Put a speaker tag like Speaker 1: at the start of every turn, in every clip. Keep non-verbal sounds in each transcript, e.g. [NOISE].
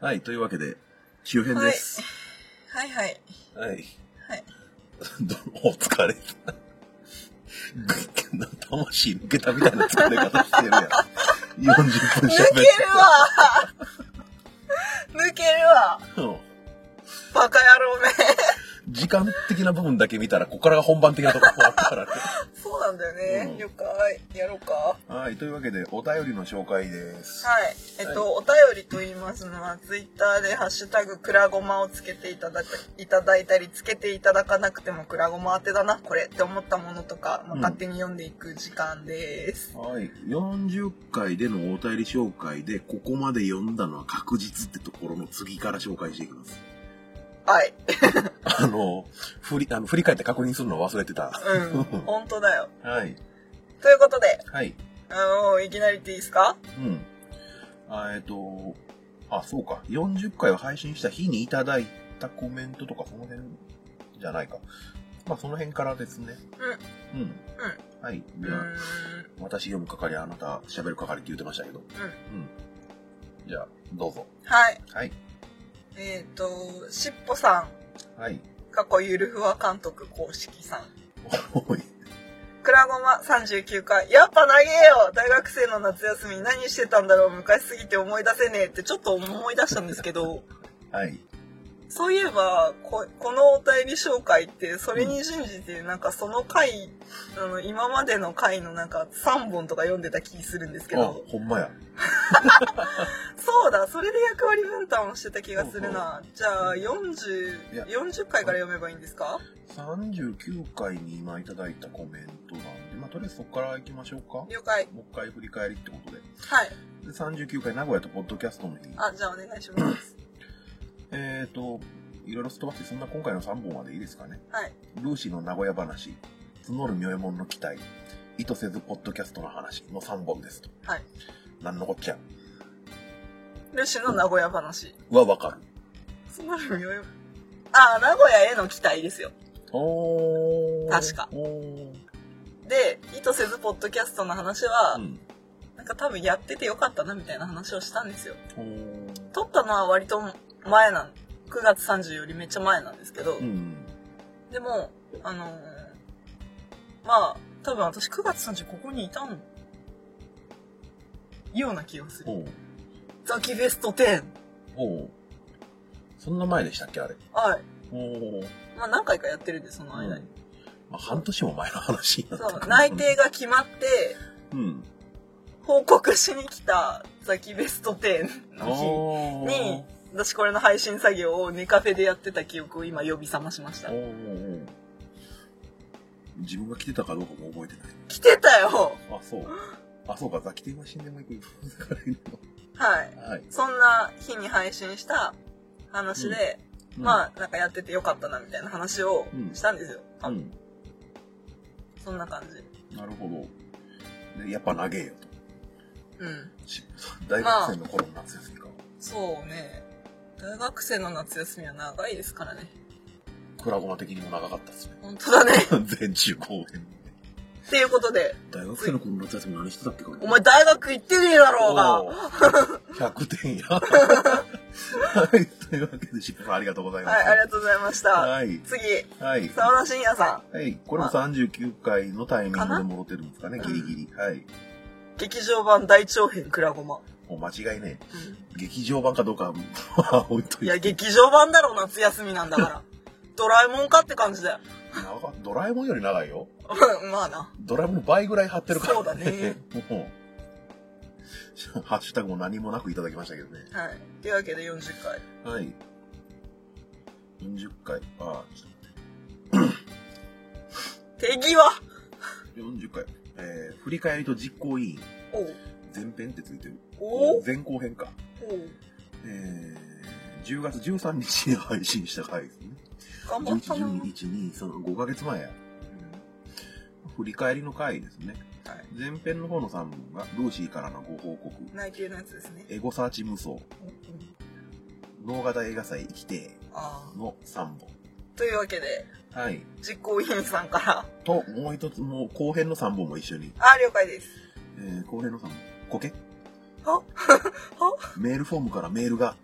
Speaker 1: はい、というわけで、急編です。
Speaker 2: はいはい。
Speaker 1: はい。 [LAUGHS]
Speaker 2: はい。
Speaker 1: どうもお疲れ。ぐ魂抜けたみたいな疲れ方してるやん。40分
Speaker 2: 抜
Speaker 1: 喋
Speaker 2: けるわ [LAUGHS] 抜けるわ
Speaker 1: って。
Speaker 2: バカ野郎め [LAUGHS]
Speaker 1: うん時間的な部分だけ見たら、ここからが本番的なところあったからね。
Speaker 2: そうなんだよね。
Speaker 1: うん
Speaker 2: 了解。やろうか。は
Speaker 1: はい、というわけで、お便りの紹介です。
Speaker 2: い。えっと、お便りと言いますのは、ツイッターでハッシュタグ、くらごまをつけていただく、いただいたり、つけていただかなくても、くらごま当てだな、これって思ったものとか、まあ
Speaker 1: うん
Speaker 2: 勝手に読んでいく時間です。
Speaker 1: はい、40回でのお便り紹介で、ここまで読んだのは確実ってところの次から紹介していきます。
Speaker 2: はい。
Speaker 1: あの、振り、あの振り返って確認するの忘れてた。
Speaker 2: うん。
Speaker 1: [LAUGHS]
Speaker 2: 本当だよ。
Speaker 1: はい。
Speaker 2: ということで、
Speaker 1: はい。
Speaker 2: あの、いきなりっていいですか
Speaker 1: うん。あえっ、と、あ、そうか。40回を配信した日にいただいたコメントとか、その辺じゃないか。まあ、その辺からですね。うん。うん。はい。
Speaker 2: う
Speaker 1: で
Speaker 2: ー
Speaker 1: は、
Speaker 2: ん。
Speaker 1: 私読む係、あなた喋る係って言ってましたけど。うん。じゃあ、どうぞ。
Speaker 2: はい。
Speaker 1: はい。
Speaker 2: えっ、と、しっぽさ
Speaker 1: はい。
Speaker 2: ん、過去ゆるふわ監督公式さん。
Speaker 1: おい。
Speaker 2: くらごま39回。やっぱ長えよ大学生の夏休み何してたんだろう昔すぎて思い出せねえってちょっと思い出したんですけど、
Speaker 1: はい。
Speaker 2: そういえばこ、このお便り紹介って、それに準じて、なんかその回、あの、今までの回のなんか3本とか読んでた気するんですけ
Speaker 1: あ
Speaker 2: ど、、
Speaker 1: ほんまや。
Speaker 2: そうだ、それで役割分担をしてた気がするな。じゃあ、
Speaker 1: いや
Speaker 2: 40、40回から読めばいいんですか
Speaker 1: 39回に今いただいたコメントなんで、まあ、とりあえずそこから行きましょうか。
Speaker 2: 了解。
Speaker 1: もう一回振り返りってことで。
Speaker 2: はい。
Speaker 1: で39回、名古屋とポッドキャストの日。
Speaker 2: あ、じゃあお願いし
Speaker 1: [LAUGHS]
Speaker 2: ます。
Speaker 1: えーと、いろいろすっ飛ばして、そんな今回の3本までいいですかね。
Speaker 2: はい。
Speaker 1: ルーシーの名古屋話、募る妙右衛門の期待、意図せずポッドキャストの話の3本ですと。
Speaker 2: はい。
Speaker 1: なんのこっちゃ。
Speaker 2: ルシの名古屋話。
Speaker 1: うわ、わかる。
Speaker 2: その妙よ。あ、名古屋への期待ですよ。
Speaker 1: おー。
Speaker 2: 確か
Speaker 1: おー。
Speaker 2: で、意図せずポッドキャストの話は、
Speaker 1: うん。
Speaker 2: なんか多分やっててよかったなみたいな話をしたんですよ。
Speaker 1: おー。
Speaker 2: 撮ったのは割と前なん、9月30よりめっちゃ前なんですけど、
Speaker 1: うん。
Speaker 2: でも、あのーまあ、多分私9月30ここにいたん、ような気がする。
Speaker 1: おー。
Speaker 2: ザキベスト10。
Speaker 1: おー。そんな前でしたっけ、あれ。
Speaker 2: はい。
Speaker 1: おー。
Speaker 2: まあ何回かやってるんで、その
Speaker 1: う
Speaker 2: 間
Speaker 1: ん
Speaker 2: に。
Speaker 1: まあ、半年も前の話になって
Speaker 2: そ
Speaker 1: く
Speaker 2: う
Speaker 1: る
Speaker 2: 内定が決まって
Speaker 1: うん。
Speaker 2: 報告しに来たザキベスト10の
Speaker 1: お
Speaker 2: 日
Speaker 1: ー
Speaker 2: に私これの配信作業をネカフェでやってた記憶を今呼び覚ましました
Speaker 1: おー。自分が来てたかどうかも覚えてない。
Speaker 2: 来てたよ
Speaker 1: あ、そう。あ、そうか、ザキテンは死んでも行く。
Speaker 2: はい
Speaker 1: はい。
Speaker 2: そんな日に配信した話で、まあなんかやっててよかったなみたいな話をしたんですよ、
Speaker 1: あ
Speaker 2: あ
Speaker 1: うん。
Speaker 2: そんな感じ
Speaker 1: なるほど。で、やっぱ長えよと。
Speaker 2: うん
Speaker 1: し大学生の頃の夏休みか。
Speaker 2: そうね大学生の夏休みは長いですからね
Speaker 1: クラゴマ的にも長かったっすね。 [LAUGHS]
Speaker 2: 本当だね [LAUGHS]
Speaker 1: 全中後編。
Speaker 2: っていうことで
Speaker 1: 大学生の頃の夏休み何してたっけか
Speaker 2: お前大学行ってねえだろうが
Speaker 1: おー100点や。はい。というわけで、シップさんありがとうございま
Speaker 2: はい、
Speaker 1: す。
Speaker 2: ありがとうございました。
Speaker 1: はい。
Speaker 2: 次、
Speaker 1: はい。
Speaker 2: 沢田信也さ
Speaker 1: はい。これも39回のタイミングで
Speaker 2: かな
Speaker 1: 戻ってるんですかね、
Speaker 2: うん
Speaker 1: ギリギリ。はい。
Speaker 2: ん。劇場版大長編クラゴマ。
Speaker 1: もう間違いねえ。劇場版かどうかは置いといて。
Speaker 2: いや、劇場版だろ、夏休みなんだ [LAUGHS] から。ドラえもんかって感じだよ。
Speaker 1: 長かドラえもんより長いよ。
Speaker 2: [LAUGHS] まあな。
Speaker 1: ドラえもんの倍ぐらい張ってるから、
Speaker 2: そうだね。
Speaker 1: [LAUGHS] もう、ハッシュタグも何もなくいただきましたけどね。
Speaker 2: はい。というわけで40回。
Speaker 1: はい。40回。ああ、ちょっ
Speaker 2: 手際
Speaker 1: と40回。えー、振り返りと実行委員。
Speaker 2: おう
Speaker 1: 前編ってついてる。
Speaker 2: おう
Speaker 1: 前後編か。
Speaker 2: おう
Speaker 1: えー、10月13日に配信した回ですね。
Speaker 2: 頑張
Speaker 1: 11
Speaker 2: っ、たな。うん
Speaker 1: 12、1、2、その5ヶ月前や。振り返りの回ですね。
Speaker 2: はい。
Speaker 1: 前編の方の3本が、ルーシーからのご報告。
Speaker 2: 内定のやつですね。
Speaker 1: エゴサーチ無双。
Speaker 2: うんうん
Speaker 1: 脳型映画祭生きて
Speaker 2: あ
Speaker 1: ーの3本。
Speaker 2: ーというわけで、
Speaker 1: はい。
Speaker 2: 実行委員さんから。
Speaker 1: と、もう一つ、もう後編の3本も一緒に。
Speaker 2: あー、了解です。
Speaker 1: えー、後編の3本。コケ [LAUGHS]
Speaker 2: は
Speaker 1: メールフォームからメールが。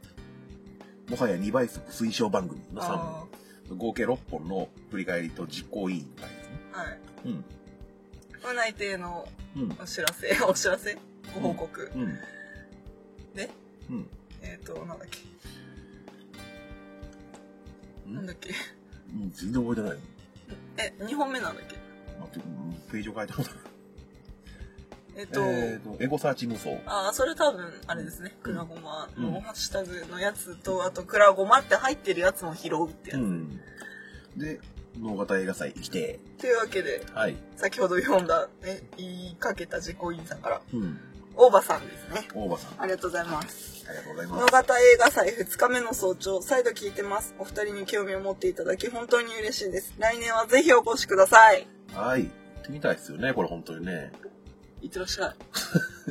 Speaker 1: もはや2倍速推奨番組の3
Speaker 2: あ
Speaker 1: 本、合計6本の振り返りと実行委員会ですね。
Speaker 2: ーはい。
Speaker 1: うん。
Speaker 2: まあ、内定の
Speaker 1: うん。
Speaker 2: お知らせ、 [LAUGHS] お知らせご報告。
Speaker 1: うん。
Speaker 2: で
Speaker 1: うん。
Speaker 2: えっ、ー、と、なんだっけ。
Speaker 1: ん
Speaker 2: なんだっけ。
Speaker 1: うん、全然覚えてないよ。
Speaker 2: え、2本目なんだっけ。
Speaker 1: まあペうんページを変えたことない。
Speaker 2: えっ、と、
Speaker 1: えーと、エゴサーチ無双。
Speaker 2: ああ、それ多分、あれですね。
Speaker 1: うん
Speaker 2: くらごま
Speaker 1: う
Speaker 2: の
Speaker 1: ん
Speaker 2: ハッシュタグのやつと、あと、くらごまって入ってるやつも拾うってや
Speaker 1: う
Speaker 2: つ。
Speaker 1: ん。で、能型映画祭来て、
Speaker 2: というわけで、
Speaker 1: はい。
Speaker 2: 先ほど読んだ、ね、言いかけた自己委員さんから、
Speaker 1: うん。
Speaker 2: 大場さんですね。
Speaker 1: 大場さん、
Speaker 2: ありがとうございます。
Speaker 1: ありがとうございま
Speaker 2: 物
Speaker 1: す。
Speaker 2: 語映画祭2日目の早朝、再度聞いてます。お二人に興味を持っていただき、本当に嬉しいです。来年はぜひお越しください。
Speaker 1: はい。行ってみたいですよね、これ本当にね。
Speaker 2: いってらっ [LAUGHS] しゃ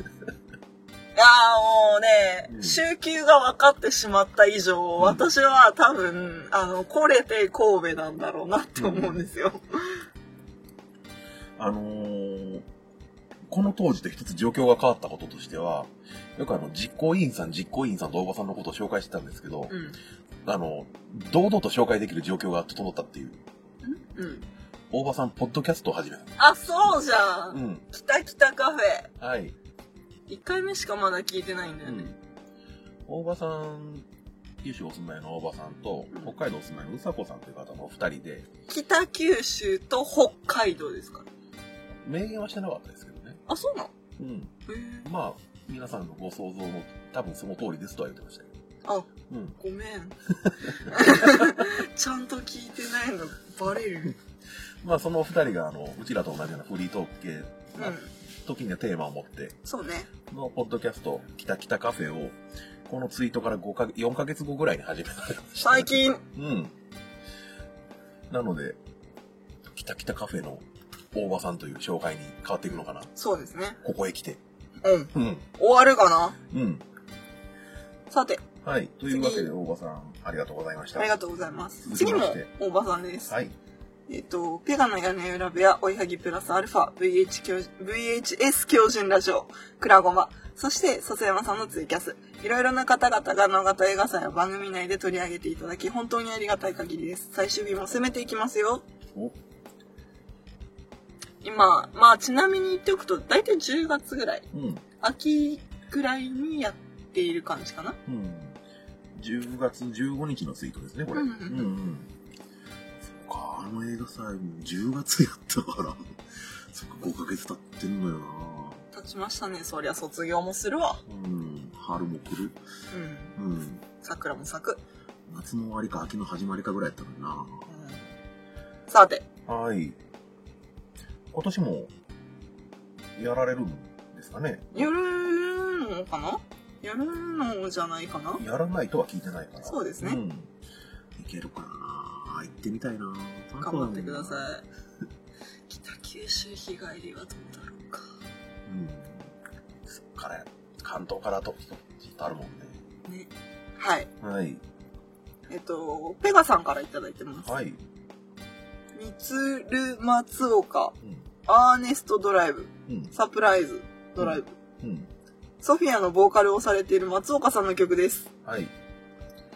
Speaker 2: い。いやーもうね、
Speaker 1: うん
Speaker 2: 週休が分かってしまった以上、私は多分、あの、来れて神戸なんだろうなって思うんですよ。
Speaker 1: あのーこの当時と一つ状況が変わったこととしては、よくあの、実行委員さん、実行委員さんと大場さんのことを紹介してたんですけど、
Speaker 2: うん。
Speaker 1: あの、堂々と紹介できる状況が整ったっていう。
Speaker 2: うん。
Speaker 1: 大場さん、ポッドキャストを始めた。
Speaker 2: あ、そうじゃ。
Speaker 1: うんん。
Speaker 2: きたきたカフェ。
Speaker 1: はい。
Speaker 2: 1回目しかまだ聞いてないん
Speaker 1: う
Speaker 2: だよね。
Speaker 1: ん。大場さん、九州お住まいの大場さんと
Speaker 2: うん、
Speaker 1: 北海道お住まいのうさこさんという方のお二人で、
Speaker 2: 北九州と北海道ですか
Speaker 1: 明言はしてなかったですけどね。
Speaker 2: あ、そうなの
Speaker 1: うん。
Speaker 2: へー
Speaker 1: まあ、皆さんのご想像の多分その通りですとは言ってましたけど。
Speaker 2: あ、
Speaker 1: うん。
Speaker 2: ごめ [LAUGHS] ん。ちゃんと聞いてないのバレる。
Speaker 1: まあ、そのお二人が、あの、うちらと同じようなフリートーク系
Speaker 2: う。
Speaker 1: なん時にはテーマを持って、
Speaker 2: そうね。
Speaker 1: のポッドキャスト、キタキタカフェを、このツイートから5か4ヶ月後ぐらいに始められました。
Speaker 2: 最近、
Speaker 1: うん。なので、キタキタカフェの大場さんという紹介に変わっていくのかな。
Speaker 2: そうですね。
Speaker 1: ここへ来て。
Speaker 2: うん。
Speaker 1: うん。
Speaker 2: 終わるかな
Speaker 1: うん。
Speaker 2: さて、
Speaker 1: はい。というわけで、大場さん、ありがとうございました。
Speaker 2: ありがとうございます。
Speaker 1: 続
Speaker 2: 次
Speaker 1: きま
Speaker 2: も
Speaker 1: して、
Speaker 2: 大場さんです。
Speaker 1: はい。
Speaker 2: えっ、と、ペガの屋根裏部屋、おいはぎプラスアルファ、VH 教 VHS 教準ラジオ、クラゴマ、そして、笹山さんのツイキャス。いろいろな方々が野方映画祭を番組内で取り上げていただき、本当にありがたい限りです。最終日も攻めていきますよ。
Speaker 1: お、
Speaker 2: 今、まあ、ちなみに言っておくと、大体10月ぐらい、
Speaker 1: うん。
Speaker 2: 秋ぐらいにやっている感じかな。
Speaker 1: うん。10月15日のツイートですね、これ。
Speaker 2: う
Speaker 1: うんん
Speaker 2: う
Speaker 1: うんん。そっか、あの映画祭も10月やったから、 [LAUGHS] そっか、5ヶ月経ってんのよな
Speaker 2: 経ちましたね。そりゃ卒業もするわ。
Speaker 1: うん。春も来る。
Speaker 2: うん。
Speaker 1: うん。
Speaker 2: 桜も咲く。
Speaker 1: 夏の終わりか秋の始まりかぐらいやったのに
Speaker 2: うん、さて、
Speaker 1: なはい。今年も、やられるんですかね
Speaker 2: やるのかなやるのじゃないかな
Speaker 1: やらないとは聞いてないから。
Speaker 2: そうですね
Speaker 1: んいけるかな行ってみたいな
Speaker 2: 頑張ってくださ
Speaker 1: い。
Speaker 2: い。北九州日帰りはどうだろうか。
Speaker 1: うん。そっから、関東からと、ちょっとあるもんね。
Speaker 2: ね。はい。
Speaker 1: はい。
Speaker 2: えっと、ペガさんからいただいてます。
Speaker 1: はい。
Speaker 2: みつる松岡、
Speaker 1: う
Speaker 2: アーネストドライブ、
Speaker 1: ん。うん。
Speaker 2: サプライズドライブ、
Speaker 1: うん。
Speaker 2: ソフィアのボーカルをされている松岡さんの曲です。
Speaker 1: はい。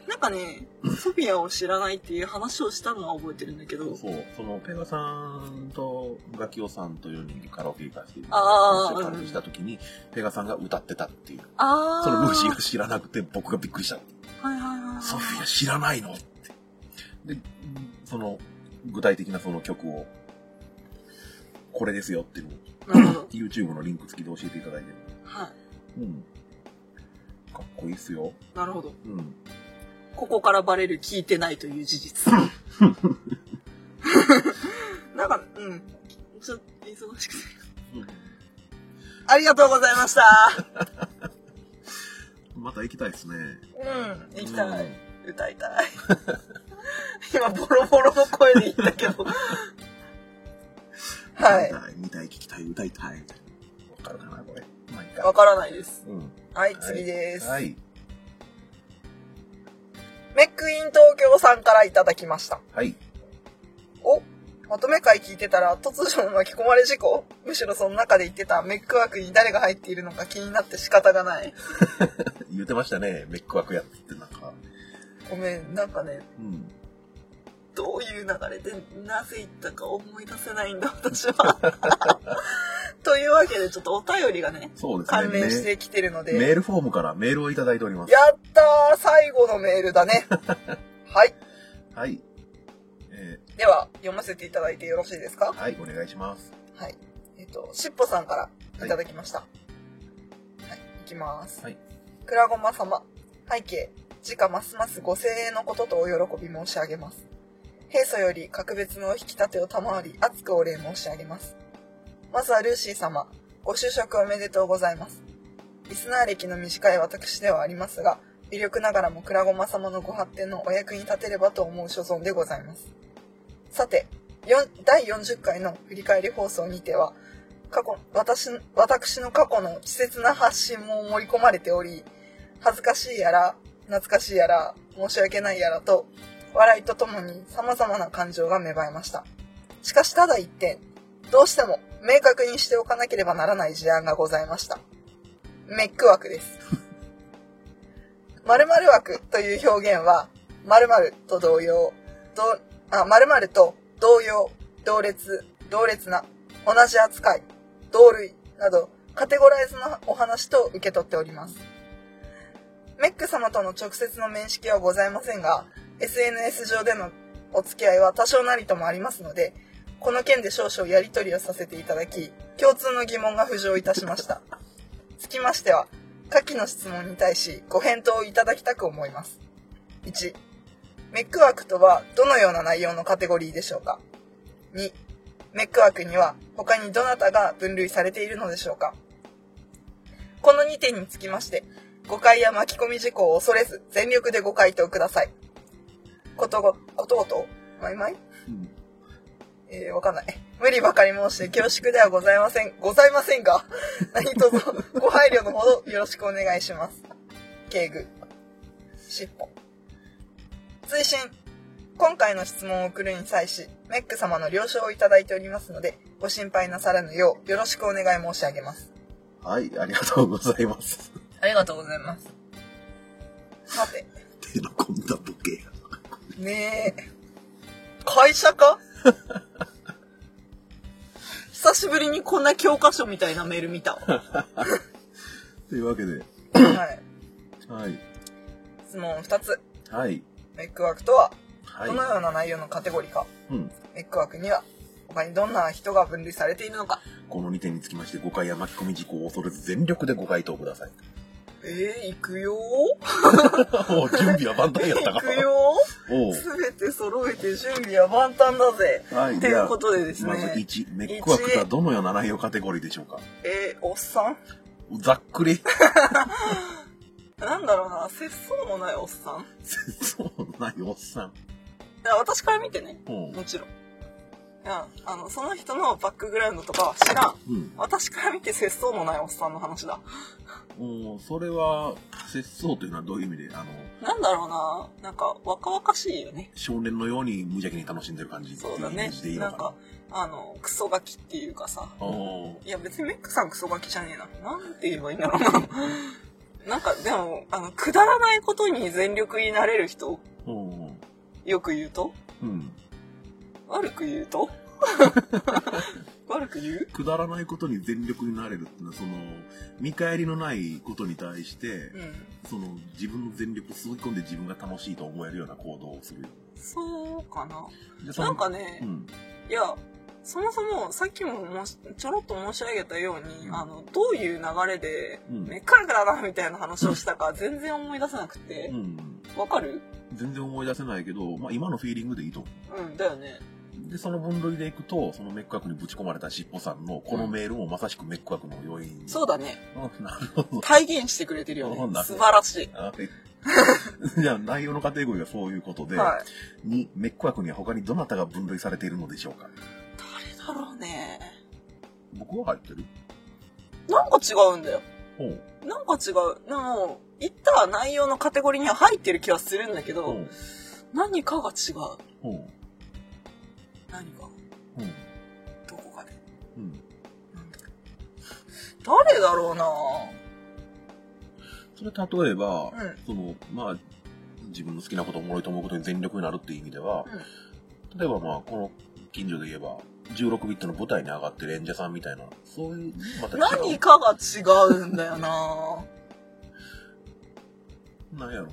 Speaker 2: なんかね、ソフィアを知らないっていう話をしたのは覚えてるんだけど、
Speaker 1: そう。その、ペガさんと、ガキオさんと4人でカラオケ行かせていただい
Speaker 2: あー
Speaker 1: て、カラオケした時に、ペガさんが歌ってたっていう。
Speaker 2: あー。
Speaker 1: そのムーシーが知らなくて、僕がびっくりした。
Speaker 2: はいはいはいはい。
Speaker 1: ソフィア知らないのって。で、その、具体的なその曲を、これですよっていうのを、
Speaker 2: なるほど。
Speaker 1: YouTube のリンク付きで教えていただいてる。
Speaker 2: はい。
Speaker 1: うん。かっこいいっすよ。
Speaker 2: なるほど。
Speaker 1: うん。
Speaker 2: ここからバレる聞いてないという事実。なんか、うん。ちょっと忙しくて。ありがとうございました。
Speaker 1: また行きたいですね。
Speaker 2: うん。行きたい。歌いたい。今、ボロボロの声で言ったけど。はい。
Speaker 1: い。見たい、聞きたい、歌いたい。みたいなわかるかな、これ。まあ、いい
Speaker 2: わ
Speaker 1: か。
Speaker 2: からないです。
Speaker 1: うん。
Speaker 2: はい、次です。
Speaker 1: はい。
Speaker 2: メックイン東京さんからいただきました。
Speaker 1: はい。
Speaker 2: おまとめ会聞いてたら突如の巻き込まれ事故むしろその中で言ってたメックワークに誰が入っているのか気になって仕方がない
Speaker 1: 言ってましたね。メックワクやって、なんか、
Speaker 2: ごめん、なんかね、
Speaker 1: うん。
Speaker 2: どういう流れでなぜ行ったか思い出せないんだ、私は。というわけで、ちょっとお便りがね、
Speaker 1: そうですね。
Speaker 2: 関連してきてるので、
Speaker 1: メメールフォームからメールをいただいております。
Speaker 2: やったー最後のメールだね。はい。
Speaker 1: はい。え
Speaker 2: では、読ませていただいてよろしいですか
Speaker 1: ー、はい、お願いします。
Speaker 2: はい。えっ、と、しっぽさんからいただきました。はい、い、きます。
Speaker 1: はい。
Speaker 2: くらごま様、背景、時価ますますご声援のこととお喜び申し上げます。平素より格別のお引き立てを賜り、熱くお礼申し上げます。まずはルーシー様、ご就職おめでとうございます。リスナー歴の短い私ではありますが、微力ながらもくらごま様のご発展のお役に立てればと思う所存でございます。さて、よん第40回の振り返り放送にては過去私の私の過去の稚拙な発信も盛り込まれており恥ずかしいやら懐かしいやら申し訳ないやらと笑いとともに様々な感情が芽生えましたしかしただ一点どうしても明確にしておかなければならない事案がございましたメック枠です [LAUGHS] 〇〇枠という表現は〇〇と同様どあ〇〇と同様同列同列な同じ扱い同類などカテゴライズのお話と受け取っておりますメック様との直接の面識はございませんが SNS 上でのお付き合いは多少なりともありますのでこの件で少々やり取りをさせていただき共通の疑問が浮上いたしましたつきましては下記の質問に対しご返答をいただきたく思います1メック枠とはどのような内容のカテゴリーでしょうか2メック枠には他にどなたが分類されているのでしょうかこの2点につきまして誤解や巻き込み事項を恐れず全力でご回答くださいことごことごとまいまい
Speaker 1: うん。
Speaker 2: えー、わかんない。無理ばかり申して恐縮ではございません。ございませんが、 [LAUGHS] 何卒ご配慮のほどよろしくお願いします。敬具。尻尾。追伸。今回の質問を送るに際し、メック様の了承をいただいておりますので、ご心配なさらぬようよろしくお願い申し上げます。
Speaker 1: はい、ありがとうございます。 [LAUGHS]
Speaker 2: ありがとうございます。さて、
Speaker 1: 手の込んだボケが。
Speaker 2: ねえ。会
Speaker 1: [LAUGHS]
Speaker 2: 社か久しぶりにこんな教科書みたいなメール見
Speaker 1: [LAUGHS]
Speaker 2: たわ。
Speaker 1: というわけで、
Speaker 2: はい。
Speaker 1: はい。
Speaker 2: 質問2つ。
Speaker 1: はい。
Speaker 2: メックワークとは、
Speaker 1: はい
Speaker 2: どの。ような内容のカテゴリーか。
Speaker 1: うん。
Speaker 2: メックワークには、他にどんな人が分類されているのか。
Speaker 1: この2点につきまして、誤解や巻き込み事項を恐れず全力でご回答ください。
Speaker 2: えー、行く
Speaker 1: [LAUGHS]
Speaker 2: よ
Speaker 1: おう準備は万
Speaker 2: ー。
Speaker 1: 端やった
Speaker 2: 行
Speaker 1: か。
Speaker 2: くよ
Speaker 1: [LAUGHS] お
Speaker 2: ー。
Speaker 1: う
Speaker 2: すべて揃えて準備は万端だぜ。
Speaker 1: はい
Speaker 2: っていうことでですね
Speaker 1: まず1、メックワクとはどのような内容カテゴリーでしょうか
Speaker 2: えー、おっさん
Speaker 1: ざっくり。 [LAUGHS]
Speaker 2: なんだろうな、節操のないおっさん。い
Speaker 1: そうないおっさん。
Speaker 2: や私から見てね。
Speaker 1: うん。
Speaker 2: もちろん。いや、あの、その人のバックグラウンドとかは知らん。
Speaker 1: うん。
Speaker 2: 私から見て節操のないおっさんの話だ。
Speaker 1: おうそれは、節操というのはどういう意味で、あの、
Speaker 2: なんだろうな、なんか若々しいよね。
Speaker 1: 少年のように無邪気に楽しんでる感じってい
Speaker 2: そううだ
Speaker 1: 感
Speaker 2: ね
Speaker 1: じでいい。
Speaker 2: な
Speaker 1: の
Speaker 2: ん
Speaker 1: か
Speaker 2: か
Speaker 1: な、
Speaker 2: あの、クソガキっていうかさ。
Speaker 1: おう
Speaker 2: いや、別にメックさんクソガキじゃねえな。なんて言えばいいんだろうな。なん [LAUGHS] か、でも、あの、くだらないことに全力になれる人、
Speaker 1: おう
Speaker 2: よく言うと
Speaker 1: うん。
Speaker 2: 悪く言
Speaker 1: [LAUGHS]
Speaker 2: うと悪く言う
Speaker 1: くだらないことに全力になれるっていうのは、その、見返りのないことに対して、
Speaker 2: うん。
Speaker 1: その、自分の全力を注ぎ込んで自分が楽しいと思えるような行動をする。
Speaker 2: そうかな。
Speaker 1: でその
Speaker 2: なんかね、
Speaker 1: うん。
Speaker 2: いや、そもそもさっきも申しちょろっと申し上げたように、
Speaker 1: うん
Speaker 2: あの、どういう流れで、
Speaker 1: うん
Speaker 2: めっからかだなみたいな話をしたか全然思い出せなくて
Speaker 1: う、ん。
Speaker 2: わかる
Speaker 1: 全然思い出せないけど、まあ、今のフィーリングでいいと思
Speaker 2: うん、だよね。
Speaker 1: う。で、その分類でいくと、そのメックアクにぶち込まれたしっぽさんの、このメールもまさしくメックアクの要因。
Speaker 2: そうだね。
Speaker 1: うん。なるほど。
Speaker 2: 体現してくれてるよ
Speaker 1: そう
Speaker 2: ね。
Speaker 1: だ
Speaker 2: 素晴らしい。
Speaker 1: はい [LAUGHS] じゃあ、内容のカテゴリーはそういうことで、
Speaker 2: はい。
Speaker 1: 2、メックアクには他にどなたが分類されているのでしょうか
Speaker 2: だろうね。
Speaker 1: 僕は入ってる。
Speaker 2: なんか違うんだよ。
Speaker 1: ほう。
Speaker 2: なんか違う。でも、言った内容のカテゴリーには入ってる気はするんだけ
Speaker 1: ほ
Speaker 2: ど、
Speaker 1: う。
Speaker 2: 何かが違う。
Speaker 1: ほう。
Speaker 2: 何か、
Speaker 1: うん。
Speaker 2: どこかで。
Speaker 1: うん。
Speaker 2: なんだ誰だろうな
Speaker 1: それ例えば、
Speaker 2: うん
Speaker 1: その、まあ、自分の好きなことおもろいと思うことに全力になるっていう意味では、例えばまあ、この近所で言えば、16ビットの舞台に上がってる演者さんみたいな、そういう、また違う
Speaker 2: 何かが違うんだよな
Speaker 1: なんやろな。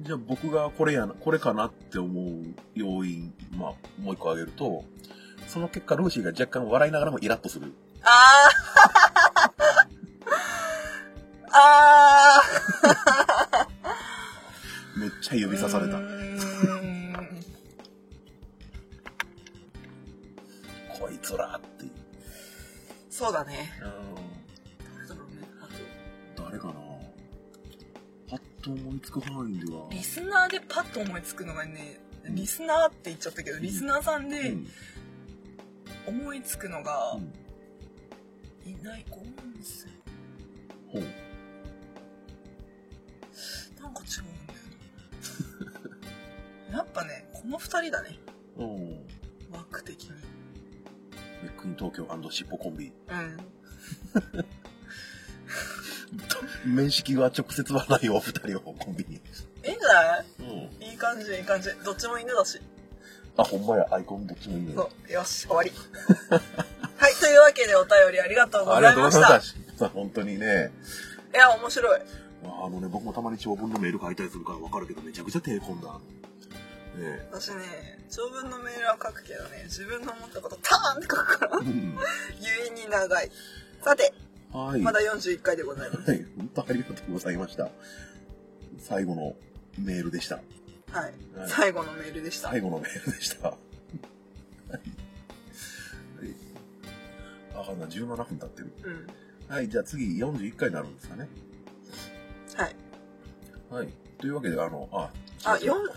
Speaker 1: じゃあ僕がこれやな、これかなって思う要因、まあ、もう一個挙げると、その結果、ルーシーが若干笑いながらもイラッとする。
Speaker 2: あーあ
Speaker 1: めっちゃ指
Speaker 2: ー
Speaker 1: さされた
Speaker 2: う。ーん
Speaker 1: こいつらっていう。
Speaker 2: そうだね。
Speaker 1: うん。
Speaker 2: 誰だろうねあと
Speaker 1: 誰かなパッと思いつく範囲では。
Speaker 2: リスナーでパッと思いつくのがね、リスナーって言っちゃったけど、リスナーさん
Speaker 1: う
Speaker 2: で
Speaker 1: ん。
Speaker 2: 思いつくのが
Speaker 1: うん
Speaker 2: いない子多いんですよ。
Speaker 1: ほう。
Speaker 2: なんか違うんだよな。やっぱね、この二人だね。
Speaker 1: うん。
Speaker 2: 枠的に。
Speaker 1: ネックイン東京しっぽコンビ。
Speaker 2: うん。
Speaker 1: 面識は直接はないお二人をコンビに。
Speaker 2: いいんじゃな
Speaker 1: うん。
Speaker 2: いいい感じ、いい感じ。どっちも犬だし。
Speaker 1: あ、ほんまや、アイコンどっちもいいね。
Speaker 2: そう。よし、終わり。 [LAUGHS] はい、というわけでお便りありがとうご
Speaker 1: あり
Speaker 2: ざ
Speaker 1: が
Speaker 2: い
Speaker 1: とうござ
Speaker 2: まし
Speaker 1: い
Speaker 2: た。
Speaker 1: ました。本当にね。
Speaker 2: いや、面白い。
Speaker 1: あのね、僕もたまに長文のメール書いたりするからわかるけど、めちゃくちゃ手込んだ。ねえ。
Speaker 2: 私ね、長文のメールは書くけどね、自分の思ったことターンって書くから、
Speaker 1: うん
Speaker 2: ゆえに長い。さて、
Speaker 1: はい。
Speaker 2: まだ41回でございます。
Speaker 1: はい、本当ありがとうございました。最後のメールでした。
Speaker 2: はい。
Speaker 1: はい
Speaker 2: 最後のメールでした。
Speaker 1: 最後のメールでした。はいはい。あ、かんな、17分経ってる。
Speaker 2: うん。
Speaker 1: はい、じゃあ次41回になるんですかね。
Speaker 2: はい。
Speaker 1: はい。というわけで、あの、あ、
Speaker 2: あ、
Speaker 1: 違う
Speaker 2: 4、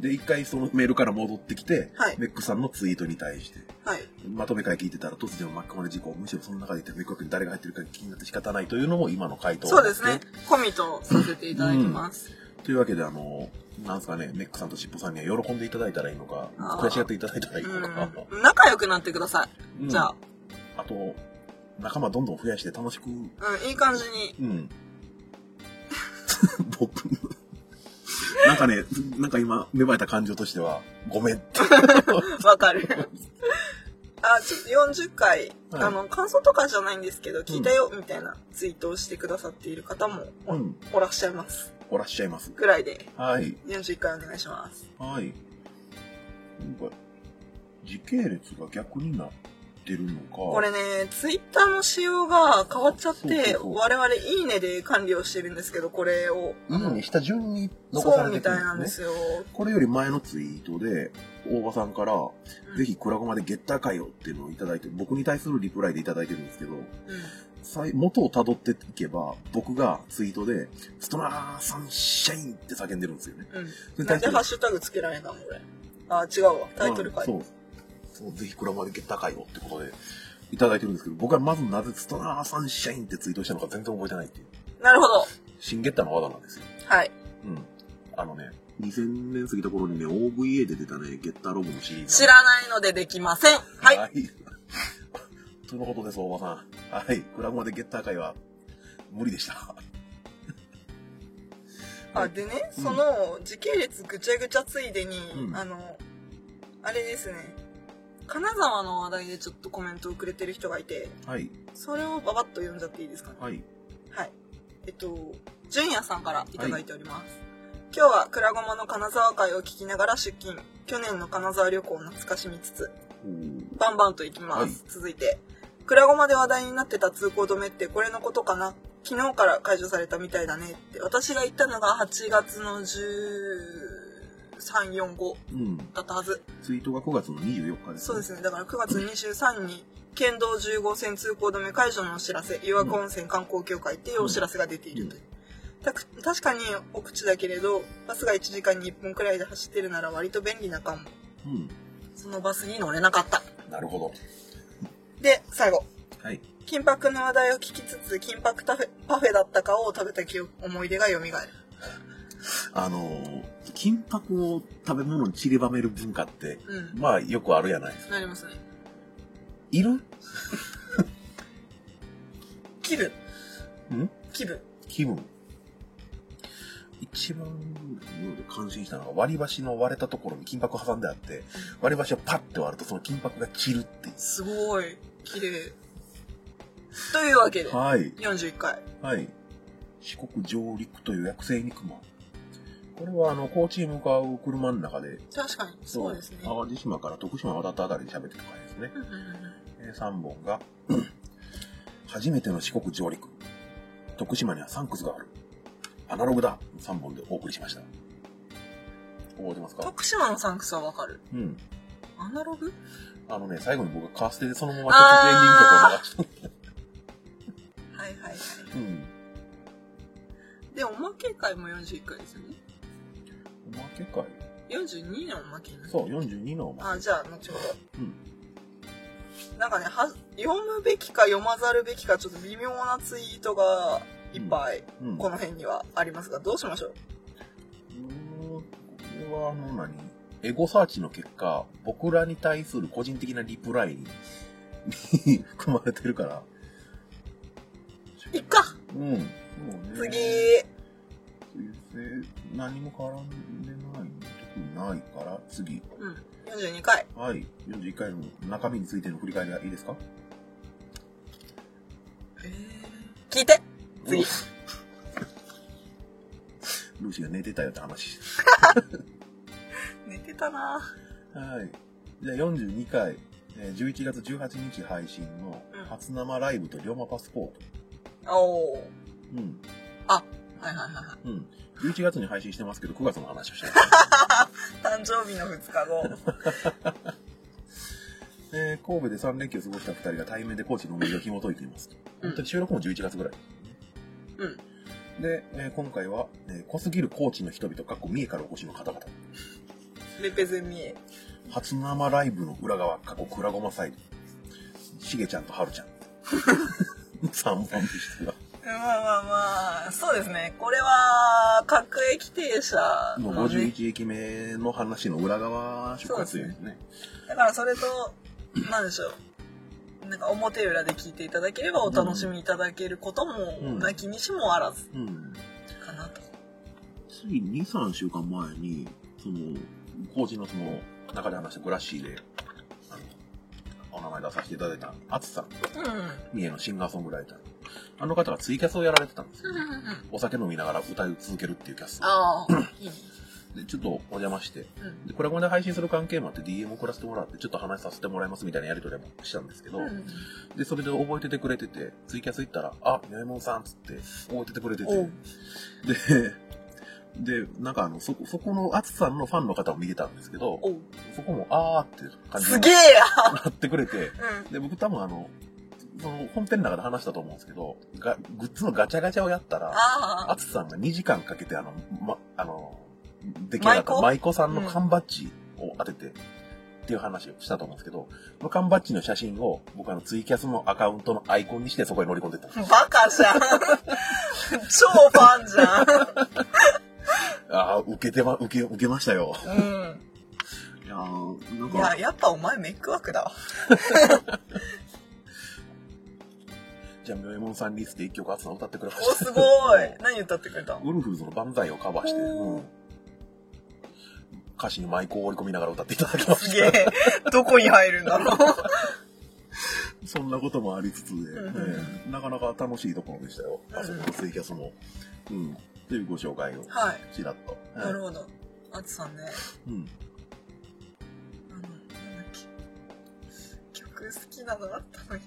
Speaker 1: で、一回そのメールから戻ってきて、
Speaker 2: はい
Speaker 1: メックさんのツイートに対して、
Speaker 2: はい。
Speaker 1: まとめ会聞いてたら突然巻き込まれ事故、むしろその中でいてメック君に誰が入ってるか気になって仕方ないというのも今の回答
Speaker 2: そうですね。込みとさせていただきます。
Speaker 1: というわけで、あの、なんですかね、メックさんとしっぽさんには喜んでいただいたらいいのか、
Speaker 2: あー
Speaker 1: 悔しがっていただいたらいいのか、
Speaker 2: うん。仲良くなってくださ
Speaker 1: うん
Speaker 2: い。じゃあ、
Speaker 1: あと、仲間どんどん増やして楽しく、
Speaker 2: うん、いい感じに。
Speaker 1: うん。 [LAUGHS] 僕、なんかね、なんか今、芽生えた感情としては、ごめんって。
Speaker 2: [LAUGHS] わかる。あ、ちょっと40回、
Speaker 1: はい
Speaker 2: あの、感想とかじゃないんですけど、聞いたよ、みたいなツイートをしてくださっている方もお,、
Speaker 1: うん
Speaker 2: らっしゃいます。
Speaker 1: おらっしゃいます。
Speaker 2: ぐらいで、
Speaker 1: はい。
Speaker 2: 41回お願いします。
Speaker 1: はい。なんか、時系列が逆になってるのか。
Speaker 2: これね、ツイッターの仕様が変わっちゃって、
Speaker 1: そうそうそう
Speaker 2: 我々いいねで管理をしてるんですけど、これを。
Speaker 1: いいね、下順に残さ
Speaker 2: そう
Speaker 1: れて
Speaker 2: み
Speaker 1: く
Speaker 2: た
Speaker 1: る
Speaker 2: いなんですよ。
Speaker 1: これより前のツイートで、大場さんから、
Speaker 2: ん
Speaker 1: ぜひクラゴマでゲッターかよっていうのをいただいて、僕に対するリプライでいただいてるんですけど、
Speaker 2: うん
Speaker 1: 最元をたどっていけば、僕がツイートで、ストラーサンシャインって叫んでるんですよね。
Speaker 2: うん。なんでハッシュタグつけられたのこれ。あ、違うわ。タイトル書いて
Speaker 1: うんそう。そう、ぜひクラゴマでゲッターかよってことで、いただいてるんですけど、僕はまずなぜストラーサンシャインってツイートしたのか全然覚えてないっていう。
Speaker 2: なるほど。
Speaker 1: 新ゲッターの技なんですよ。
Speaker 2: はい。
Speaker 1: うん。あのね、2000年過ぎた頃にね、OVA で出たね、ゲッターロボのシリーズ。
Speaker 2: 知らないのでできません。はい。
Speaker 1: [LAUGHS] とのことです、大場さん。はい。クラブまでゲッター会は無理でした。
Speaker 2: あでね、
Speaker 1: うん
Speaker 2: その時系列ぐちゃぐちゃついでに、
Speaker 1: うん
Speaker 2: あのあれですね金沢の話題でちょっとコメントをくれてる人がいて
Speaker 1: はい。
Speaker 2: それをババッと読んじゃっていいですかね
Speaker 1: はい。
Speaker 2: はいえっと純也さんからいただいております、今日はくらごまの金沢会を聞きながら出勤去年の金沢旅行を懐かしみつつ
Speaker 1: おー
Speaker 2: バンバンと行きます、
Speaker 1: はい
Speaker 2: 続いてくらごまで話題になってた通行止めってこれのことかな昨日から解除されたみたいだねって私が行ったのが8月の13445
Speaker 1: うん。
Speaker 2: だったはず
Speaker 1: ツイートが9月の24日です、
Speaker 2: そうですねだから9月23日に県道10号線通行止め解除のお知らせ湯和温泉観光協会っていうお知らせが出ているという、たく確かにお口だけれどバスが1時間に1分くらいで走ってるなら割と便利なかも
Speaker 1: うん。
Speaker 2: そのバスに乗れなかった
Speaker 1: なるほど。
Speaker 2: で最後
Speaker 1: はい。
Speaker 2: 金箔の話題を聞きつつ金箔パフェパフェだったかを食べた記憶思い出が蘇る
Speaker 1: あのー金箔を食べ物に散りばめる文化って、
Speaker 2: うん
Speaker 1: まあよくあるやない。
Speaker 2: なりますね
Speaker 1: いるん
Speaker 2: 気分気分
Speaker 1: 気分。一一番感心したのが割り箸の割れたところに金箔挟んであって、割り箸をパッて割るとその金箔が散るってい
Speaker 2: すごい綺麗というわけで
Speaker 1: う。はい。
Speaker 2: 41回
Speaker 1: はい。四国上陸という薬性肉まん。これはあの、高知へ向かう車の中で、
Speaker 2: 確かにそうですね
Speaker 1: 淡路島から徳島渡ったあたりで喋ってる回ですね。
Speaker 2: うんうんうん
Speaker 1: えー3本
Speaker 2: [CLEARS THROAT]
Speaker 1: が、初めての四国上陸。徳島にはサンクスがある。アナログだ。3本でお送りしました。覚えてますか
Speaker 2: 徳島のサンクスはわかる
Speaker 1: うん。
Speaker 2: アナログ
Speaker 1: あのね、最後に僕がカーステでそのまま曲エンディングとか流し
Speaker 2: はいはいはい
Speaker 1: た。うん。
Speaker 2: でおまけ会も41回ですよね
Speaker 1: おまけかい。
Speaker 2: 42のおまけになる
Speaker 1: そう、42のおま
Speaker 2: あじゃあ後ほど
Speaker 1: け。うん。
Speaker 2: なんかねは読むべきか読まざるべきかちょっと微妙なツイートがいっぱい
Speaker 1: うん。
Speaker 2: この辺にはありますがどうしましょう
Speaker 1: うーんこれはあの何エゴサーチの結果、僕らに対する個人的なリプライに [LAUGHS] 含まれてるから。
Speaker 2: いっか
Speaker 1: うん。そう
Speaker 2: 次
Speaker 1: ね。次。何も絡んでない、特にないから、次。
Speaker 2: うん42回
Speaker 1: はい。41回の中身についての振り返りはいいですか
Speaker 2: 聞いて次
Speaker 1: ルーシーが寝てたよって話。
Speaker 2: 寝てたな
Speaker 1: はい。じゃあ42回、えー11月18日配信の
Speaker 2: うん
Speaker 1: 初生ライブと龍馬パスポート。
Speaker 2: おお
Speaker 1: うん。
Speaker 2: はいはいはいは
Speaker 1: うん。11月に配信してますけど、9月の話を
Speaker 2: [LAUGHS]
Speaker 1: してます。
Speaker 2: い誕生日の2日 [LAUGHS] 後
Speaker 1: えー神戸で3連休を過ごした2人が対面で高知の思い出を紐解いていますと。
Speaker 2: うん
Speaker 1: 本当に収録も11月ぐらい。
Speaker 2: うん
Speaker 1: で、えー今回は、えー濃すぎる高知の人々、かっこ三重からお越しの方々。
Speaker 2: レペゼミエ
Speaker 1: 初生ライブの裏側、過去くらごまサイド。しげちゃんとはるちゃん。3本 [LAUGHS] でしたが。
Speaker 2: まあまあまあそうですねこれは各駅停車
Speaker 1: もう
Speaker 2: のね
Speaker 1: 51駅目の話の裏側出発ですね。
Speaker 2: だからそれと何でしょうなんか表裏で聞いていただければお楽しみいただけること
Speaker 1: う
Speaker 2: も
Speaker 1: ん
Speaker 2: なきにしもあらず
Speaker 1: うん。
Speaker 2: かなと、
Speaker 1: つい2、3週間前に、その、工事のその、中で話したグラッシーで、あのお名前出させていただいた、あつさん、
Speaker 2: うん
Speaker 1: 三重のシンガーソングライター。あの方がツイキャスをやられてたんですよ、
Speaker 2: うんうんうん
Speaker 1: お酒飲みながら歌い続けるっていうキャスト。
Speaker 2: ああいいね
Speaker 1: で、ちょっとお邪魔して、
Speaker 2: うん
Speaker 1: で、これこれで配信する関係もあって DM 送らせてもらって、ちょっと話させてもらいますみたいなやりとりもしたんですけど、
Speaker 2: うん
Speaker 1: で、それで覚えててくれてて、ツイキャス行ったら、あ、みやもんさんっつって、覚えててくれてて、
Speaker 2: おう
Speaker 1: で、で、 [LAUGHS] なんかあの、そこ、そこの、あつさんのファンの方を見てたんですけど、
Speaker 2: おう
Speaker 1: そこも、あーって感じ
Speaker 2: す
Speaker 1: に
Speaker 2: げえや
Speaker 1: なってくれて、で、僕多分あの、その本編の中で話したと思うんですけど、がグッズのガチャガチャをやったら、
Speaker 2: ああ
Speaker 1: あつさんが2時間かけて、あの、ま、あの、出来上がった舞妓さんの缶バッジを当てて、っていう話をしたと思うんですけど、その缶バッジの写真を僕あのツイキャスのアカウントのアイコンにしてそこに乗り込んでったんです。
Speaker 2: バカじゃん超ファンじゃ
Speaker 1: ああ、受けてま、受け、受けましたよ。
Speaker 2: ん、
Speaker 1: いやーなん
Speaker 2: うん、いややっぱお前メイクワークだわ
Speaker 1: じゃあ、みょえもんさんリスで一曲あつさん歌ってくれま
Speaker 2: お
Speaker 1: した。
Speaker 2: すごい何歌ってくれたの
Speaker 1: ウルフルズの万歳をカバーして、
Speaker 2: おー
Speaker 1: うん歌詞にマイクを織り込みながら歌っていただきますし
Speaker 2: げえどこに入るんだろう
Speaker 1: た。そんなこともありつつで、
Speaker 2: うん
Speaker 1: ええなかなか楽しいところでしたよ。
Speaker 2: うん
Speaker 1: あそこのツイキャスも。うん。というご紹介を、
Speaker 2: はい
Speaker 1: ちらっと。ええ
Speaker 2: なるほどあつさんね
Speaker 1: うん。
Speaker 2: あのなんだっけ曲好きなのあったのに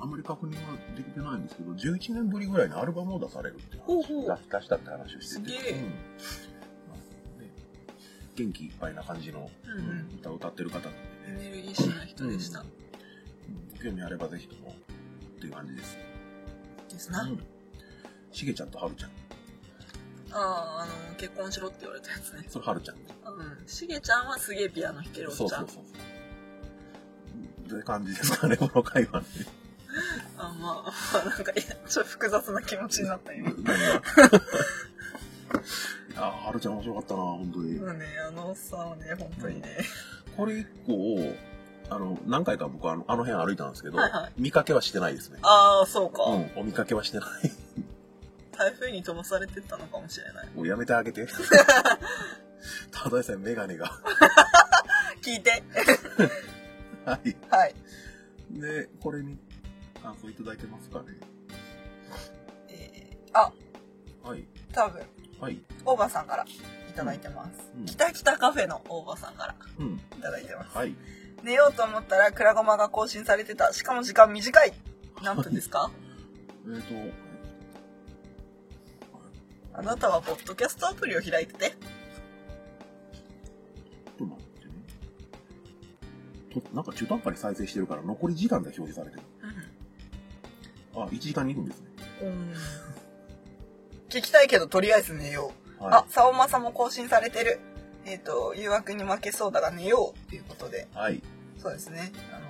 Speaker 1: あんまり確認はできてないんですけど、11年ぶりぐらいにアルバムを出されるっていう話
Speaker 2: ほうほう
Speaker 1: 出したって話をしてて。
Speaker 2: すげえ
Speaker 1: うんまあね元気いっぱいな感じの、
Speaker 2: うんうん
Speaker 1: うん歌を歌ってる方なんで
Speaker 2: エ
Speaker 1: ね。
Speaker 2: ネルギッシュな人でした、
Speaker 1: うんご興味あればぜひともっていう感じです。
Speaker 2: ですな、
Speaker 1: うんしげちゃんとはるちゃん。
Speaker 2: あああの結婚しろって言われたやつね
Speaker 1: それはるちゃん。
Speaker 2: うんしげちゃんはすげえピアノ弾けるおっちゃ
Speaker 1: そ
Speaker 2: ん
Speaker 1: うそうそう。どういう感じですかね、この会 [LAUGHS] 話ね。
Speaker 2: あまあまあ [LAUGHS] なんかいやちょっと複雑な気持ちになった今
Speaker 1: あ、はるちゃん面白かったな、本当に。
Speaker 2: もうねあのおっさんはね本当にね、
Speaker 1: これ以降、あの、何回か僕はあのあの辺歩いたんですけど
Speaker 2: はいはい、
Speaker 1: 見かけはしてないですね。
Speaker 2: ああそうか、
Speaker 1: うん、お見かけはしてない。
Speaker 2: 台風に飛ばされてったのかもしれない
Speaker 1: もうやめてあげ [LAUGHS] て。ただでさえメガネが。
Speaker 2: 聞いて
Speaker 1: はい。
Speaker 2: はい
Speaker 1: で、これに感想いただいてますかね。
Speaker 2: えー、あ
Speaker 1: はい。
Speaker 2: 多分
Speaker 1: はい。
Speaker 2: 大場さんからいただいてます、
Speaker 1: うんうん
Speaker 2: 北北カフェの大場さんから
Speaker 1: うん。
Speaker 2: いただいてます
Speaker 1: はい。
Speaker 2: 寝ようと思ったらクラゴマが更新されてたしかも時間短い何分ですか
Speaker 1: えっ、と、
Speaker 2: あなたはポッドキャストアプリを開いてて
Speaker 1: ちょっと待ってね。となんか中途半端に再生してるから残り時間で表示されてる。あ、1時間2分ですね。
Speaker 2: うん聞きたいけどとりあえず寝よう、あ
Speaker 1: は
Speaker 2: さおまさんも更新されてるえっ、と誘惑に負けそうだが寝ようっていうことで
Speaker 1: い。はい。
Speaker 2: そうですねあの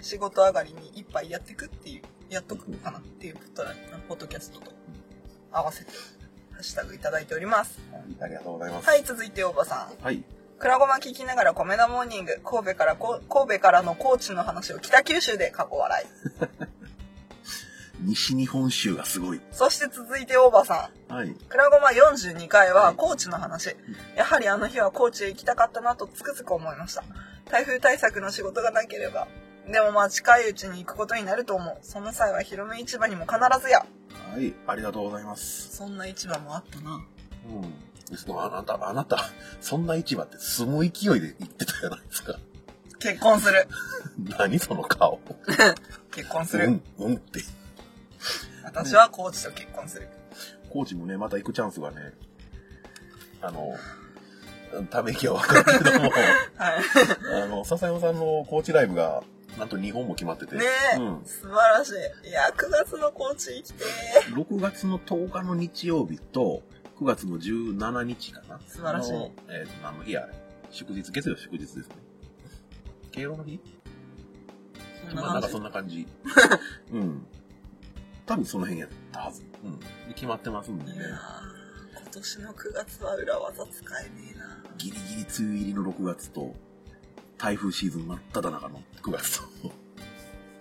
Speaker 2: 仕事上がりに一杯やってくっていうやっとくかなっていうことだなポッドキャストと合わせてハッシュタグいただいております
Speaker 1: はいありがとうございます。
Speaker 2: はい続いて大場さん
Speaker 1: はい。
Speaker 2: クラゴマ聞きながら米田モーニング神戸からこ神戸からの高知の話を北九州で過去笑い
Speaker 1: 西日本州がすごい。
Speaker 2: そして続いて大場さ
Speaker 1: はい。
Speaker 2: んクラゴマ42回
Speaker 1: は
Speaker 2: はい高知の話、やはりあの日は高知へ行きたかったなとつくづく思いました台風対策の仕事がなければでもまあ近いうちに行くことになると思うその際は広め市場にも必ずや
Speaker 1: はい。ありがとうございます。
Speaker 2: そんな市場もあったな
Speaker 1: うん。そのあなた、あなた、そんな市場ってすごい勢いで言ってたじゃないですか。 [LAUGHS]
Speaker 2: 結婚する
Speaker 1: 何その顔。
Speaker 2: 結婚す
Speaker 1: う
Speaker 2: る、
Speaker 1: ん、うんって。
Speaker 2: 私は高知と結婚する
Speaker 1: コーチもね、また行くチャンスがね、あの、ため息はわかるけども、
Speaker 2: はい
Speaker 1: あの、笹山さんのコーチライブが、なんと日本も決まってて、
Speaker 2: ねえ、
Speaker 1: うん
Speaker 2: 素晴らしいいや9月の高知行きてー
Speaker 1: 6月の10日の日曜日と、9月の17日かな。
Speaker 2: 素晴らしい
Speaker 1: のえっ、と、何の日やあれ祝日、月曜祝日ですね。敬老の日
Speaker 2: そんな
Speaker 1: まあなん
Speaker 2: 感
Speaker 1: か
Speaker 2: じ
Speaker 1: そんな感
Speaker 2: [LAUGHS]
Speaker 1: じ。うん。多分その辺やったはず。うん。で決まってますんでね
Speaker 2: いや。ー今年の9月は裏技使えねえな
Speaker 1: ギリギリ梅雨入りの6月と、台風シーズン真っ只中の9月と。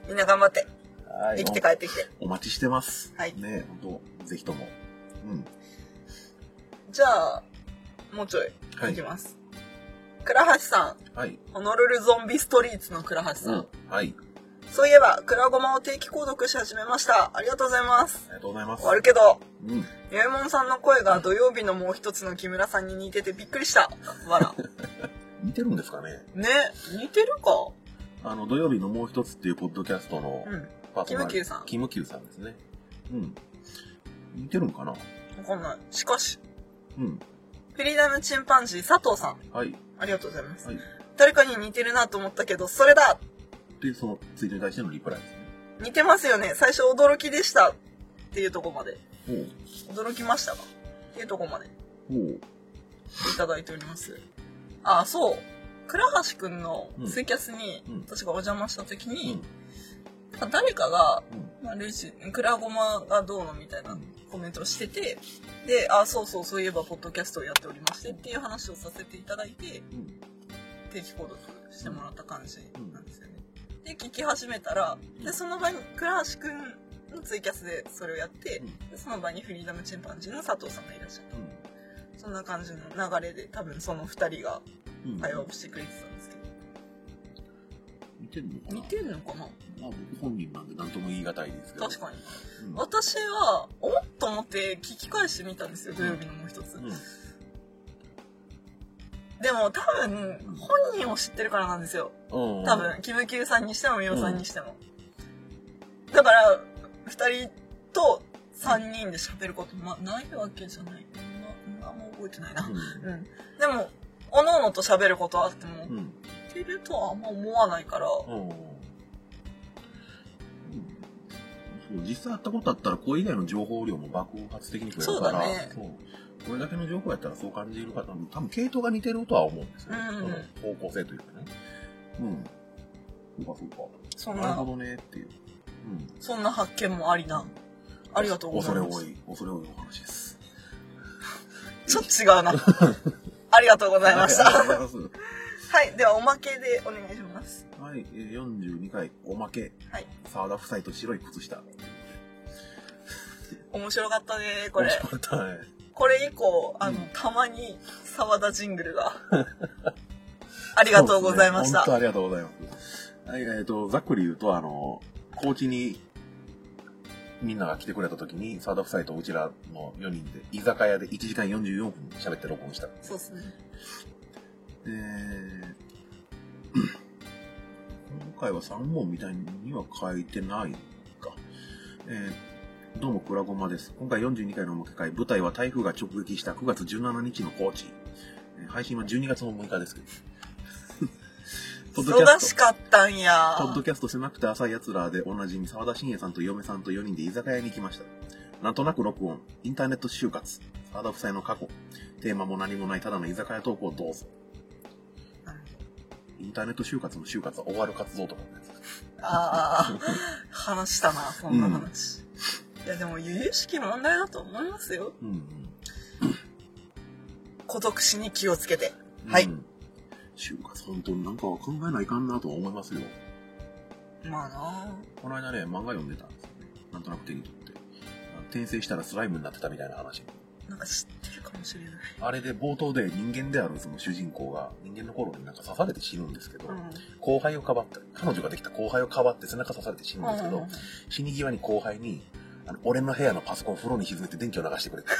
Speaker 2: みんな頑張って
Speaker 1: は [LAUGHS]
Speaker 2: 生きて帰ってきて
Speaker 1: お待ちしてます。
Speaker 2: はい
Speaker 1: ね本当ぜひとも。うん。
Speaker 2: じゃあもうちょい
Speaker 1: はい
Speaker 2: いきます、倉橋さ
Speaker 1: はい。
Speaker 2: んホノルルゾンビストリーツの倉橋さん、
Speaker 1: うん。はい。
Speaker 2: そういえば倉ごまを定期購読し始めましたありがとうございます
Speaker 1: ありがとうございます。
Speaker 2: 終わるけど
Speaker 1: うん。
Speaker 2: ゆえもんさんの声が土曜日のもう一つの木村さんに似ててびっくりしたわら
Speaker 1: 似てるんですかね
Speaker 2: [LAUGHS] ね似てるか
Speaker 1: あの、土曜日のもう一つっていうポッドキャストの
Speaker 2: うん
Speaker 1: パーソナリ
Speaker 2: キムキューさん
Speaker 1: キムキューさんですね。うん。似てるんかな
Speaker 2: わかんないしかし
Speaker 1: うん。
Speaker 2: フリーダムチンパンジー佐藤さん
Speaker 1: はい。
Speaker 2: ありがとうございます
Speaker 1: はい。
Speaker 2: 誰かに似てるなと思ったけどそれだ
Speaker 1: で、そのツイートに対してのリプライですね。
Speaker 2: 似てますよね最初驚きでしたっていうとこまで
Speaker 1: ほう。
Speaker 2: 驚きましたかっていうとこまでい
Speaker 1: ほう。
Speaker 2: ただいておりますあそう倉橋くんのツイキャスに
Speaker 1: うんうん
Speaker 2: 私がお邪魔した時
Speaker 1: うん。
Speaker 2: に、なんか誰かが
Speaker 1: うん。
Speaker 2: まあ、ルイジ、クラゴマがどうのみたいなコメントをしてて、で、あ、そうそう、そういえば、ポッドキャストをやっておりましてっていう話をさせていただいて、
Speaker 1: うん。
Speaker 2: 定期購読してもらった感じなんですよね。で、聞き始めたら、で、その場に、倉橋くんのツイキャスでそれをやって、
Speaker 1: うん
Speaker 2: でその場にフリーダムチンパンジーの佐藤さんがいらっしゃっ
Speaker 1: うん
Speaker 2: た。そんな感じの流れで、多分その二人が
Speaker 1: うん
Speaker 2: 会話をしてくれてたんです
Speaker 1: 似て
Speaker 2: けど、
Speaker 1: るのかな
Speaker 2: 似てんのかな
Speaker 1: まあ僕本人なんで何とも言い難いですけど。
Speaker 2: 確かに。
Speaker 1: に。うん。
Speaker 2: 私は、おっと思って聞き返してみたんですよ、土曜日のもう一つ。
Speaker 1: うん
Speaker 2: でも多分本人を知ってるからなんですよ
Speaker 1: うん
Speaker 2: 多分キムキューさんにしてもミオさんにしても、だから2人と3人で喋ることもないわけじゃないなあんま覚えてないな
Speaker 1: う
Speaker 2: うんでもおのおのと喋ることはあっても
Speaker 1: ん。うん。
Speaker 2: 似てるとはあんま思わないから
Speaker 1: うん。そう実際会ったことあったら、これ以外の情報量も爆発的に増えるから、
Speaker 2: そうだね
Speaker 1: そうこれだけの情報やったらそう感じる方も、多分系統が似てるとは思うんですよね。
Speaker 2: うん
Speaker 1: その
Speaker 2: うん
Speaker 1: 方向性というかね。うん。そうか
Speaker 2: そ
Speaker 1: そうんか。なるほ
Speaker 2: な
Speaker 1: どねっていう。うん。
Speaker 2: そんな発見もありなありがとうございま
Speaker 1: 恐
Speaker 2: す
Speaker 1: れ多い、恐れ多いお話です。
Speaker 2: ちょっと違
Speaker 1: [LAUGHS]
Speaker 2: うなありがとうございました
Speaker 1: あり
Speaker 2: は
Speaker 1: がとうございます。
Speaker 2: いではおまけでお願いします
Speaker 1: はい、えー42回、おまけ。
Speaker 2: はい
Speaker 1: 沢田夫妻と白い靴下。
Speaker 2: 面白かったねこ
Speaker 1: 面
Speaker 2: れ
Speaker 1: 白かったね。
Speaker 2: これ以降あの、
Speaker 1: うん
Speaker 2: たまに沢田ジングル
Speaker 1: [LAUGHS]
Speaker 2: がありがとうございまし
Speaker 1: そうですね本
Speaker 2: た、
Speaker 1: 当ありがとうございます。はい、えっ、と、ざっくり言うと、あの、高知にみんなが来てくれた時に、沢田夫妻とうちらの4人で、居酒屋で1時間44分喋って録音した。で、
Speaker 2: そうですね
Speaker 1: 今回は3問みたいには書いてないか。えーどうも、くらごまです。今回42回のおまけ会、舞台は台風が直撃した9月17日の高知。えー配信は12月の6日です
Speaker 2: [LAUGHS]
Speaker 1: けど。ポッドキャ
Speaker 2: 忙
Speaker 1: スト
Speaker 2: しかったんや
Speaker 1: [LAUGHS] ポッドキャスト狭くて浅い奴らでおなじみ沢田信也さんと嫁さんと4人で居酒屋に行きました。なんとなく録音、インターネット就活、沢田夫妻の過去、テーマも何もないただの居酒屋投稿どうぞ。インターネット就活の就活は終わる活動とかのやつ
Speaker 2: ああ話したなそんな話、いやでも由々しき問題だと思いますよ
Speaker 1: うんうん。
Speaker 2: 孤独死に気をつけてはい
Speaker 1: うん。就活本当になんか考えないかんなとは思いますよ。
Speaker 2: まあな
Speaker 1: この間ね、漫画読んでたんですよね。なんとなく手に取って。あの転生したらスライムになってたみたいな話。
Speaker 2: なんか知ってるかもしれない、
Speaker 1: あれで冒頭で人間であるその主人公が人間の頃になんか刺されて死ぬんですけど、
Speaker 2: う
Speaker 1: 後輩をかばった彼女ができた後輩をかばって背中刺されて死ぬんですけど、
Speaker 2: うん
Speaker 1: 死に際に後輩にあの俺の部屋のパソコン風呂に沈めて電気を流してくれって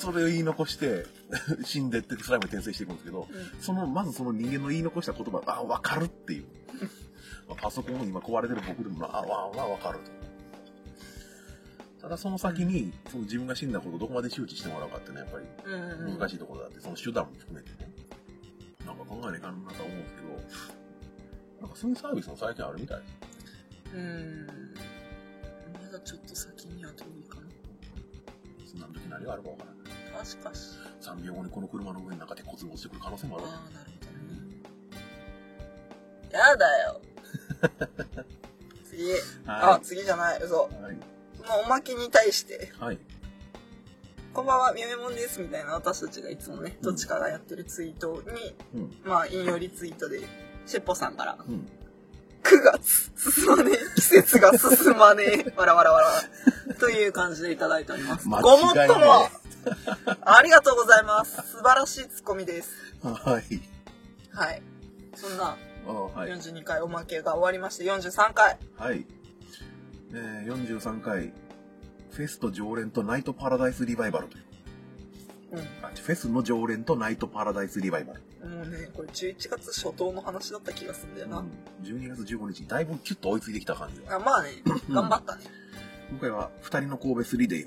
Speaker 1: それを言い残して死んでってスライムに転生していくんですけどそのまずその人間の言い残した言葉があ分かるっていう [LAUGHS] まあパソコン今壊れてる僕でもあわわ分かるとただその先にその自分が死んだことをどこまで周知してもらうかっていうのはやっぱり
Speaker 2: うんうん
Speaker 1: 難しいところだって、その手段も含めてね、なんか考えないかんなと思うんですけど、なんかそういうサービスも最近あるみたいです。
Speaker 2: うんまだちょっと先には遠いか
Speaker 1: そんな時何があるかわからない。
Speaker 2: な確かし
Speaker 1: 3秒後にこの車の上になんか鉄骨が落ちてくる可能性もあ
Speaker 2: あ
Speaker 1: るわ
Speaker 2: あなるほどねやだよ次、あ
Speaker 1: は
Speaker 2: 次じゃない嘘
Speaker 1: い。はい。
Speaker 2: そのおまけに対して
Speaker 1: はい。
Speaker 2: 「こんばんはみめもんです」みたいな私たちがいつもねどっちかがやってるツイート
Speaker 1: う
Speaker 2: に、
Speaker 1: ん。
Speaker 2: まあ引用リツイートでしっぽさんから
Speaker 1: うん。
Speaker 2: 9月進まねえ季節が進まねえわらわらわらわらという感じでいただいております
Speaker 1: 間違い
Speaker 2: ごもっ
Speaker 1: ない
Speaker 2: ともありがとうございます素晴らしいツッコミです
Speaker 1: はい。
Speaker 2: はいそんな
Speaker 1: あはい。
Speaker 2: 42回おまけが終わりまして43回
Speaker 1: はい。えー、43回、フェスと常連とナイトパラダイスリバイバルという。
Speaker 2: う
Speaker 1: あフェスの常連とナイトパラダイスリバイバル。
Speaker 2: んもうねこれ11月初頭の話だった気がするんだよ
Speaker 1: うん
Speaker 2: な、、
Speaker 1: 12月15日、だいぶキュッと追いついてきた感じが。
Speaker 2: あ
Speaker 1: [LAUGHS]
Speaker 2: まあね頑張ったね
Speaker 1: 今回は2人の神戸 3days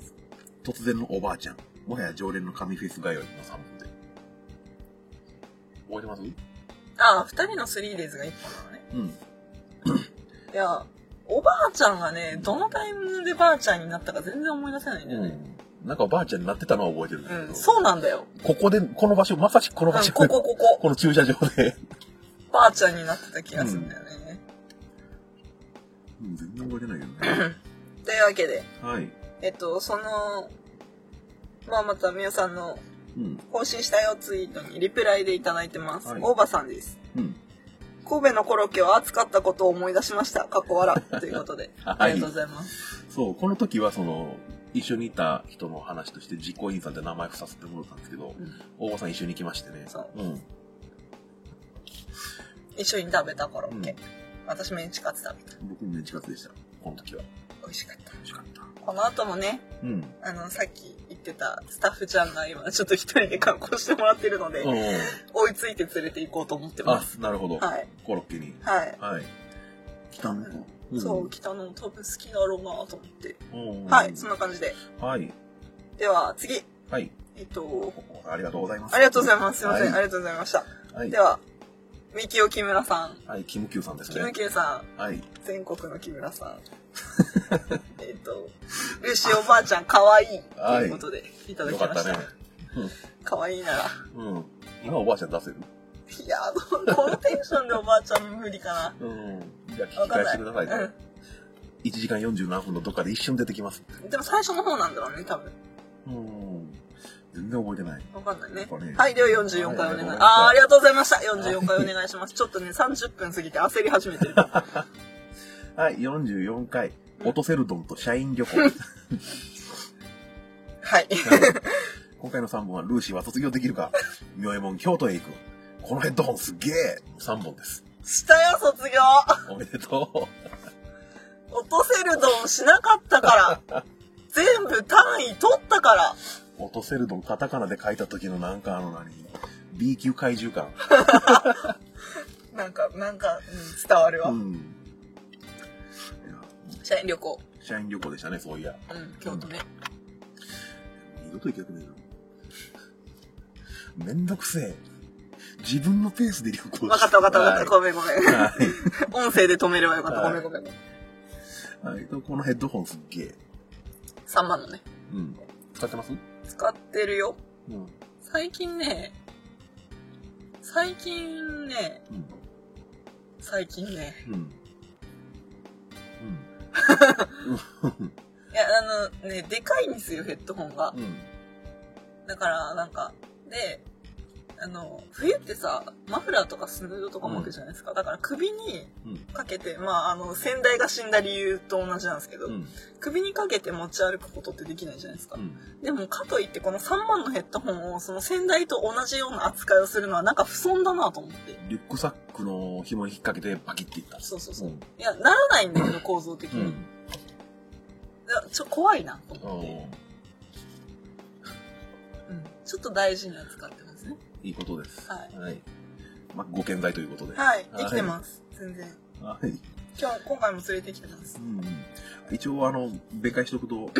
Speaker 1: 突然のおばあちゃんもはや常連の神フェス通いの3本で覚えてますう
Speaker 2: ああ2人の 3days が1本なのね
Speaker 1: ん
Speaker 2: いやおばあちゃんがねどのタイミングでばあちゃんになったか全然思い出せないんだよね、
Speaker 1: うんなんかおばあちゃんになってたのは覚えてるんですけど、
Speaker 2: うん、そうなんだよ。
Speaker 1: ここでこの場所まさしくこの
Speaker 2: うん
Speaker 1: 場所
Speaker 2: ここ、こ
Speaker 1: [LAUGHS]
Speaker 2: こ。
Speaker 1: この駐車場で、
Speaker 2: ばあちゃんになってた気がするんだよね。
Speaker 1: うん、全然覚えてないけ
Speaker 2: [LAUGHS]
Speaker 1: どね
Speaker 2: というわけで、
Speaker 1: はい
Speaker 2: えっと、その、まあまたみよさんの
Speaker 1: うん
Speaker 2: 更新したよツイートにリプライでいただいてます。
Speaker 1: はい
Speaker 2: 大場さんです。
Speaker 1: うん。
Speaker 2: 神戸のコロッケは熱かったことを思い出しました。過去笑ということで
Speaker 1: [LAUGHS] はい
Speaker 2: ありがとうございます。
Speaker 1: そうこの時はその一緒にいた人の話として実行委員さんって名前ふさせてもらったんですけど
Speaker 2: うん
Speaker 1: 大場さん一緒に行きましてね
Speaker 2: そう
Speaker 1: うん
Speaker 2: 一緒に食べたコロッケ。
Speaker 1: うん
Speaker 2: 私メンチカツ食べた。
Speaker 1: 僕もメンチカツでしたこの時は
Speaker 2: 美味しかった。
Speaker 1: 美味しかった
Speaker 2: この後もね、
Speaker 1: うん
Speaker 2: あの、さっき言ってたスタッフちゃんが今ちょっと一人で観光してもらってるので、
Speaker 1: う
Speaker 2: 追いついて連れて行こうと思って
Speaker 1: ん
Speaker 2: ま
Speaker 1: あ
Speaker 2: す。
Speaker 1: なるほど、
Speaker 2: はい。
Speaker 1: コロッケに
Speaker 2: はい。
Speaker 1: はい北の子、うん、
Speaker 2: そう、北野多分好きだろうなと思って。
Speaker 1: うん
Speaker 2: はい、そんな感じで。
Speaker 1: はい
Speaker 2: では、次。
Speaker 1: はい
Speaker 2: えっと、
Speaker 1: ありがとうございます
Speaker 2: ありがとうございます。すいません。
Speaker 1: は
Speaker 2: ありがとうございました。
Speaker 1: はい
Speaker 2: では、みきお木村さん、
Speaker 1: はいキムキューさんです
Speaker 2: キム
Speaker 1: ね
Speaker 2: キューさん、
Speaker 1: はい
Speaker 2: 全国の木村さん。 [LAUGHS] えっと、ルシおばあちゃんかわいいということで、いただ
Speaker 1: よ
Speaker 2: き
Speaker 1: か
Speaker 2: ま
Speaker 1: っ
Speaker 2: した
Speaker 1: ね
Speaker 2: た。かわいいなら。
Speaker 1: うん今おばあちゃん出せる
Speaker 2: いやー、このテンションでおばあちゃん無理かな。
Speaker 1: うんじゃあ聞
Speaker 2: わ
Speaker 1: き
Speaker 2: かん
Speaker 1: 返
Speaker 2: な
Speaker 1: して
Speaker 2: い。
Speaker 1: くださいね、一1時間47分のどっかで一瞬出てきます
Speaker 2: うん。でも最初の方なんだろうね、多分。
Speaker 1: うん全然覚えてない
Speaker 2: わかんないね
Speaker 1: これね。
Speaker 2: はい、では44回お願い。
Speaker 1: はい
Speaker 2: あー、ありがとうございました。44回お願いします。ちょっとね、30分過ぎて焦り始めてる。
Speaker 1: はい44回オトセルドンと社員
Speaker 2: [LAUGHS]
Speaker 1: 旅行。 [LAUGHS]
Speaker 2: はい。
Speaker 1: 今回の3本はルーシーは卒業できるか、妙右衛門京都へ行く。このヘッドホンすっげえ !3 本です。
Speaker 2: したよ、卒業。
Speaker 1: おめでと
Speaker 2: 落とせるドンしなかっ
Speaker 1: [LAUGHS]
Speaker 2: たから。全部単位取ったから。
Speaker 1: うオトセルドンカタカナで書いた時のなんかあの何 ?B 級怪獣感。
Speaker 2: なんか、なんか、うん、伝わるわ。
Speaker 1: うん。いや
Speaker 2: 社員旅行。
Speaker 1: 社員旅行でしたね、そういや。
Speaker 2: うん、京都ね。
Speaker 1: 二度と行きたくねえな。めんどくせえ。自分のペースで旅行
Speaker 2: わかったわかったわかった。
Speaker 1: は
Speaker 2: ごめんごめん。
Speaker 1: い
Speaker 2: 音声で止めればよかった。
Speaker 1: は
Speaker 2: ご
Speaker 1: い
Speaker 2: めんごめん。
Speaker 1: はい。はい。このヘッドホンすっげえ。
Speaker 2: 3万のね。
Speaker 1: うん。使ってます
Speaker 2: 使ってるよ。
Speaker 1: うん。うん。
Speaker 2: 最近ね、最近ね、最近ね。
Speaker 1: うん。
Speaker 2: いや、あのね、でかいんですよ、ヘッドホンが
Speaker 1: う。ん。
Speaker 2: だから、なんか、で、あの、冬ってさ、マフラーとかスヌードとか巻くじゃないですか。だから首に
Speaker 1: うん。
Speaker 2: かけて、まあ、あの、先代が死んだ理由と同じなんですけど、
Speaker 1: うん。
Speaker 2: 首にかけて持ち歩くことってできないじゃないですか
Speaker 1: う。ん。
Speaker 2: でも、かといってこの3万のヘッドホンを、その先代と同じような扱いをするのはなんか不損だなと思って。
Speaker 1: リュックサックの紐に引っ掛けてパキっていった。
Speaker 2: そうそうそう。
Speaker 1: ん
Speaker 2: いや、ならないんだけど、構造的
Speaker 1: う
Speaker 2: に。い
Speaker 1: ん。
Speaker 2: やちょ、怖いなと
Speaker 1: う
Speaker 2: 思って。
Speaker 1: ん
Speaker 2: うん。ちょっと大事に扱ってますね。
Speaker 1: いいことです。。
Speaker 2: はい
Speaker 1: はい。まあ、ご健在ということで。
Speaker 2: はい。できてます。全然。
Speaker 1: す。はい。
Speaker 2: 今日、今回も連れてきてます
Speaker 1: う。んうん、一応あの弁解しておく [COUGHS] と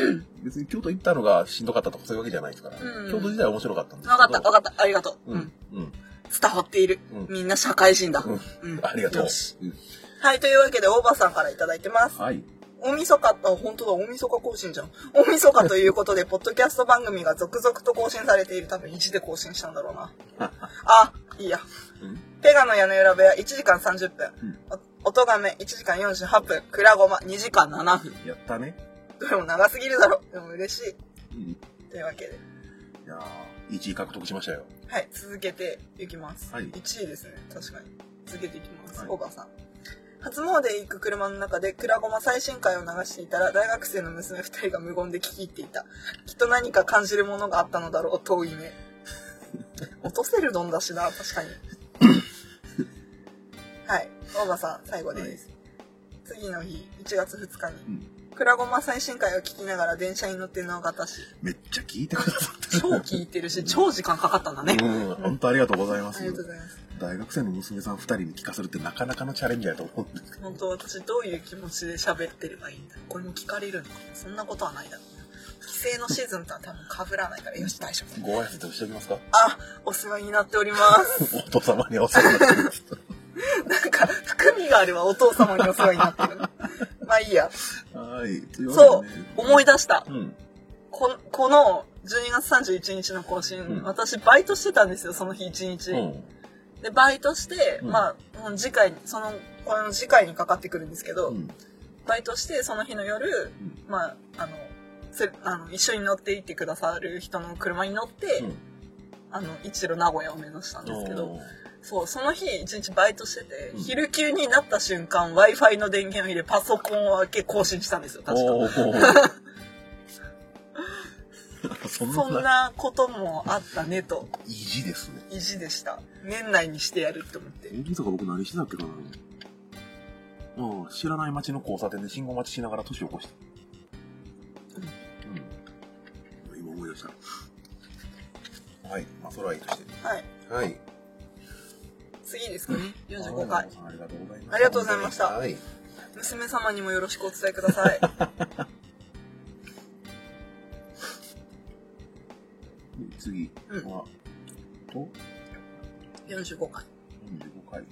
Speaker 1: 別に京都行ったのがしんどかったとかそういうわけじゃないですから、
Speaker 2: うん
Speaker 1: 京都自体は面白かったんです
Speaker 2: わかった、わ
Speaker 1: かっ
Speaker 2: かった。ありがとう。
Speaker 1: う
Speaker 2: うんん。
Speaker 1: うん
Speaker 2: 伝わっている。
Speaker 1: うん
Speaker 2: みんな社会人だ。
Speaker 1: うん
Speaker 2: うん
Speaker 1: [LAUGHS] ありがとう
Speaker 2: よし、
Speaker 1: うん
Speaker 2: はい、というわけで、大場さんからいただいてます。
Speaker 1: はい
Speaker 2: 大晦日と、あ本当だ、大晦日更新じゃん。大晦日ということで、ポッドキャスト番組が続々と更新されている。多分1で更新したんだ
Speaker 1: [LAUGHS]
Speaker 2: ろうな。あ、いいや。
Speaker 1: うん
Speaker 2: ペガの屋根裏部屋1時間30分。
Speaker 1: うん
Speaker 2: お音がめ1時間48分。クラゴマ2時間7分。
Speaker 1: やったね、
Speaker 2: どれも長すぎるだろ。でも嬉しい。
Speaker 1: うん、い
Speaker 2: というわけで。
Speaker 1: やー1位獲得しましたよ
Speaker 2: はい、続けていきます。
Speaker 1: はい
Speaker 2: 1位ですね、確かに。続けていきます。
Speaker 1: はい
Speaker 2: 大川さん。初詣へ行く車の中で、クラゴマ最新回を流していたら、大学生の娘2人が無言で聞き入っていた。きっと何か感じるものがあったのだろう、遠い
Speaker 1: [LAUGHS]
Speaker 2: ね。落とせるどんだしな、確かに。はい、大川さん、最後です。次の日、1月2日に
Speaker 1: うん。
Speaker 2: クラゴマ最新回を聞きながら電車に乗って直
Speaker 1: [LAUGHS]
Speaker 2: 方市。
Speaker 1: めっちゃ聞いてくださって
Speaker 2: 超聞いてるし、超時間かかったんだね。
Speaker 1: [LAUGHS] うん本当ありがとうございま
Speaker 2: あ
Speaker 1: す
Speaker 2: りがとうございます。
Speaker 1: 大学生の娘さん2人に聞かせるってなかなかのチャレンジやと思うんですけど
Speaker 2: 本当私どういう気持ちで喋ってればいいんだこれも聞かれるのかなそんなことはないだろうな帰省のシーズンとは多分被らないからよし大丈夫
Speaker 1: ご挨拶をしておきますか
Speaker 2: あお世話になっております [LAUGHS]
Speaker 1: お父様にお世話になってます
Speaker 2: なんか含みがあればお父様にお世話になってる [LAUGHS] まあいいや
Speaker 1: はいとい
Speaker 2: そ
Speaker 1: わ
Speaker 2: う
Speaker 1: けでね
Speaker 2: 思い出した
Speaker 1: うん
Speaker 2: ここの12月31日の更新、
Speaker 1: うん
Speaker 2: 私バイトしてたんですよその日1日、
Speaker 1: うん
Speaker 2: でバイトして、
Speaker 1: うん
Speaker 2: まあもう次回そのこの次回にかかってくるんですけど、
Speaker 1: うん
Speaker 2: バイトしてその日の夜
Speaker 1: うん
Speaker 2: まあ、あの、せあの一緒に乗っていってくださる人の車に乗って、
Speaker 1: うん
Speaker 2: あの、一路名古屋を目指したんですけど、
Speaker 1: おー
Speaker 2: そう、その日一日バイトしてて、
Speaker 1: うん
Speaker 2: 昼休になった瞬間 Wi-Fi の電源を入れパソコンを開け更新したんですよ、確か。
Speaker 1: お
Speaker 2: [LAUGHS]
Speaker 1: ーそ
Speaker 2: そん
Speaker 1: んな
Speaker 2: なこともあったねと、
Speaker 1: 意地ですね。
Speaker 2: 意地でした。年内にしてやるって思って。
Speaker 1: 大晦日僕何してたっけかなうん、知らない街の交差点で信号待ちしながら年を越した。うん。今思い出した。はい。まあ、それはいいとして。
Speaker 2: はい。
Speaker 1: はい。
Speaker 2: 次ですかね。45回。
Speaker 1: ありがとうございました。
Speaker 2: ありがとうございました
Speaker 1: はい。
Speaker 2: 娘様にもよろしくお伝えくださ
Speaker 1: [LAUGHS]
Speaker 2: い。
Speaker 1: 次
Speaker 2: うん
Speaker 1: は、と、
Speaker 2: 45回。
Speaker 1: 45回。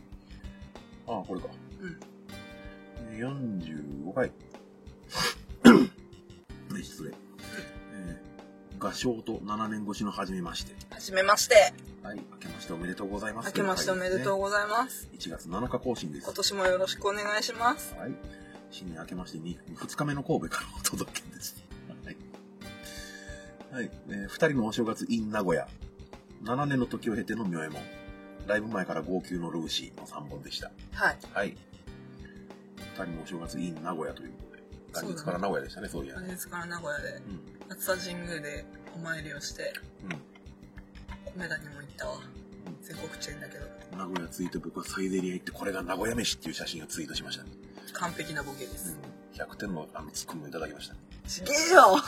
Speaker 1: あ、これか。
Speaker 2: うん。
Speaker 1: 45回。 [COUGHS] ね失礼。えー、合唱と7年越しの初めまして。
Speaker 2: はじめまして。
Speaker 1: はい、明けましておめでとうございます。
Speaker 2: 明けましておめでとう
Speaker 1: う。
Speaker 2: ございます。
Speaker 1: 1月7日更新です。
Speaker 2: 今
Speaker 1: は
Speaker 2: 年もよろしくお願いします。
Speaker 1: い。新年明けまして 2, 2日目の神戸からお届けです。はい。はい。えー、2人のお正月 in 名古屋。7年の時を経ての妙右衛門。ライブ前から号泣のルーシーの3本でした。
Speaker 2: はい。
Speaker 1: はい。二人のお正月 in 名古屋ということで。元日から名古屋でしたね、そういや。
Speaker 2: 元日から名古屋で
Speaker 1: うん。
Speaker 2: 熱田神宮でお参りをして
Speaker 1: う
Speaker 2: 米田にも行ったわ全国チェーンだけど
Speaker 1: ん。名古屋ツイート僕はサイゼリア行って、これが名古屋飯っていう写真をツイートしましたね。
Speaker 2: 完璧なボケです、
Speaker 1: うん。100点のあのツッコミをいただきました。
Speaker 2: ちげえよ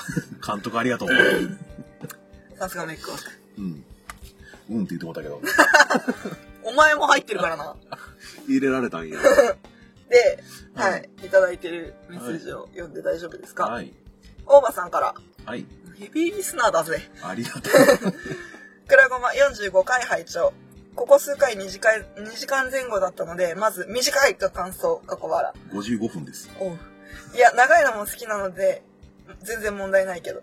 Speaker 1: 監督ありがとう。
Speaker 2: さすがメックワーク
Speaker 1: うん。うんって言ってもったけど。
Speaker 2: お前も入ってるからな
Speaker 1: 入れられたんや。
Speaker 2: [LAUGHS] で、
Speaker 1: はい
Speaker 2: はい、いただいてるメッセージを読んで大丈夫ですか、
Speaker 1: はい。
Speaker 2: 大場さんから、
Speaker 1: はい。
Speaker 2: ヘビーリスナーだぜ。
Speaker 1: ありがとう。
Speaker 2: クラゴマ45回拝聴。ここ数回2時間、2時間前後だったので、まず短いが感想、過去笑。
Speaker 1: 55分です。
Speaker 2: おういや、長いのも好きなので、全然問題ないけど。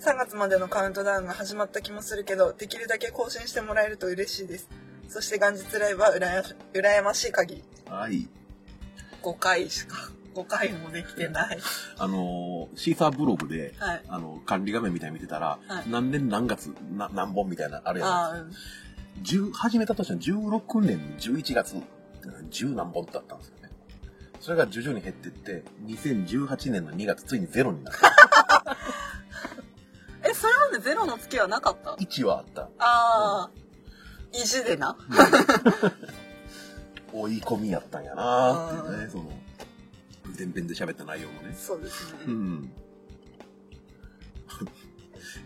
Speaker 2: 3月までのカウントダウンが始まった気もするけど、できるだけ更新してもらえると嬉しいです。そして元日ライブは羨まし羨ましい限り。
Speaker 1: はい。
Speaker 2: 5回しか、5回もできてない。
Speaker 1: あのー、シーサーブログで、
Speaker 2: はい。
Speaker 1: あの、管理画面みたいに見てたら、
Speaker 2: はい
Speaker 1: 何年何月な何本みたいな、あれやな
Speaker 2: ああ、うん。
Speaker 1: 10始めたとしては16年11月、10何本だったんですよね。それが徐々に減ってって、2018年の2月、ついにゼロになった。
Speaker 2: え、それまでゼロの月はなかった
Speaker 1: 1はあった。
Speaker 2: ああ、意地でな。
Speaker 1: 追い込みやったんやなーっていう
Speaker 2: あー
Speaker 1: ね、その、前編で喋った内容もね。
Speaker 2: そうですね。
Speaker 1: うん。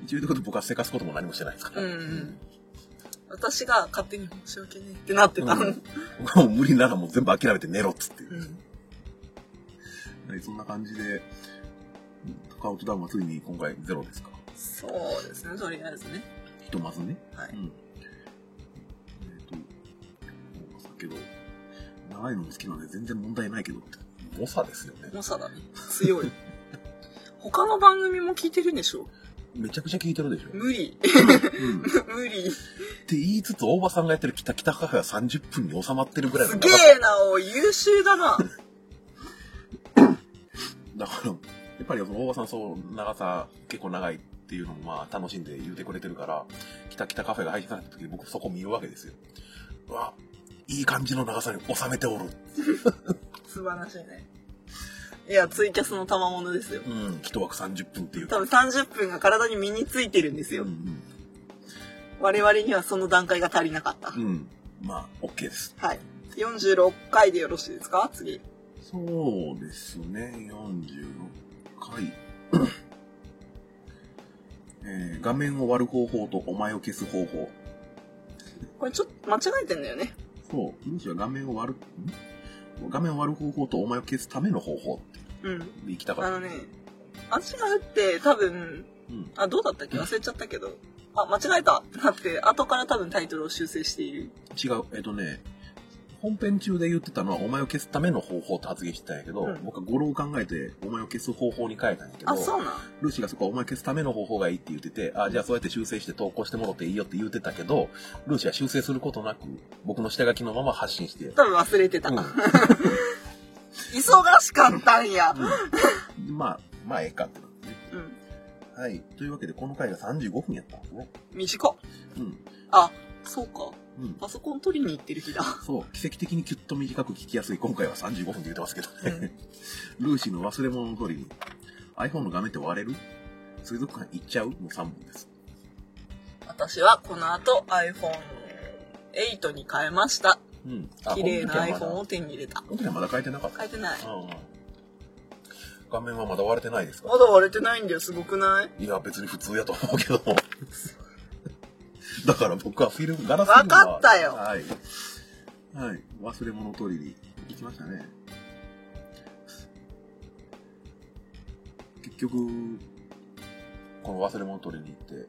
Speaker 1: 一応言うこと僕はせかすことも何もしてないですから。
Speaker 2: うん私が勝手に申し訳ねえってなってたの。
Speaker 1: う
Speaker 2: うんん。
Speaker 1: 僕はもう無理ならもう全部諦めて寝ろっつって。はいそんな感じで、カウントダウンはついに今回ゼロですか。
Speaker 2: そうですね、とりあえずね。
Speaker 1: ひとまずね。
Speaker 2: は
Speaker 1: う
Speaker 2: い。
Speaker 1: ん。えっ、と、もうさけど、長いのも好きなんで全然問題ないけどって、猛者ですよね。
Speaker 2: 猛者だね。強い。 [LAUGHS] 他の番組も聞いてるんでしょ
Speaker 1: めちゃくちゃ聞いてるでしょ。
Speaker 2: 無理。 [LAUGHS]
Speaker 1: うん。っ
Speaker 2: 無理。す
Speaker 1: て言いつつ、大場さんがやってる北北カフェは30分に収まってるぐらいの
Speaker 2: げ
Speaker 1: 長さ
Speaker 2: えな、おい優秀だな。
Speaker 1: だから、やっぱりその大場さんそう、長さ結構長いっていうのもまあ楽しんで言うてくれてるから、きたきたカフェが配信された時に僕そこ見るわけですよ。うわ、いい感じの長さに収めておる。
Speaker 2: 素晴らしいね。いや、ツイキャスの賜物ですよ。
Speaker 1: うん、一枠30分っていう。
Speaker 2: 多分30分が体に身についてるんですよ
Speaker 1: う。ん、
Speaker 2: 我々にはその段階が足りなかった
Speaker 1: う。ん。うん。まあ、OK です。
Speaker 2: はい。46回でよろしいですか次。
Speaker 1: そうですね、46回。 [COUGHS] えー画面を割る方法とお前を消す方法。
Speaker 2: これちょっと間違えてんだよね。
Speaker 1: そう、むしろ画面を割る、ん画面を割る方法とお前を消すための方法って
Speaker 2: うん。
Speaker 1: 行きたかった。
Speaker 2: あのね、足が打って多分、
Speaker 1: うん、
Speaker 2: あ、どうだったっけ忘れちゃったけど、あ、間違えたってなって、後から多分タイトルを修正している。
Speaker 1: 違う、えっとね、本編中で言ってたのは、お前を消すための方法って発言してたんやけど、
Speaker 2: うん
Speaker 1: 僕は語呂を考えて、お前を消す方法に変えたんやけど
Speaker 2: あ、、そうなん。
Speaker 1: ルーシーがそこはお前を消すための方法がいいって言ってて、あ、じゃあそうやって修正して投稿してもろっていいよって言ってたけど、ルーシーは修正することなく、僕の下書きのまま発信して、
Speaker 2: 多分忘れてた。
Speaker 1: うん
Speaker 2: 忙しかったんや。
Speaker 1: うん [LAUGHS] まあ、まあ、ええかってなってね。
Speaker 2: うん。
Speaker 1: はい。というわけで、この回が35分やったんですね。
Speaker 2: 短っ。
Speaker 1: うん。
Speaker 2: あ、そうか。
Speaker 1: うん。
Speaker 2: パソコン取りに行ってる日だ。
Speaker 1: そう、奇跡的にキュッと短く聞きやすい今回は35分って言ってますけどね。 [LAUGHS] ルーシーの忘れ物の通りに、iPhone の画面って割れる水族館行っちゃうの3本です。
Speaker 2: 私はこの後 iPhone8 に変えました。
Speaker 1: うん。
Speaker 2: 綺麗な iPhone
Speaker 1: こ
Speaker 2: を手に入れた。
Speaker 1: の時はまだ変えてなかった。
Speaker 2: 変えてない。
Speaker 1: うんうん画面はまだ割れてないですか
Speaker 2: まだ割れてないんだよ。すごくない
Speaker 1: いや、別に普通やと思うけど [LAUGHS] も。だから僕はフィルム、ガラスフィ
Speaker 2: わ
Speaker 1: ルムは
Speaker 2: かったよ
Speaker 1: はい。はい。忘れ物取りに行きましたね。結局、この忘れ物取りに行って、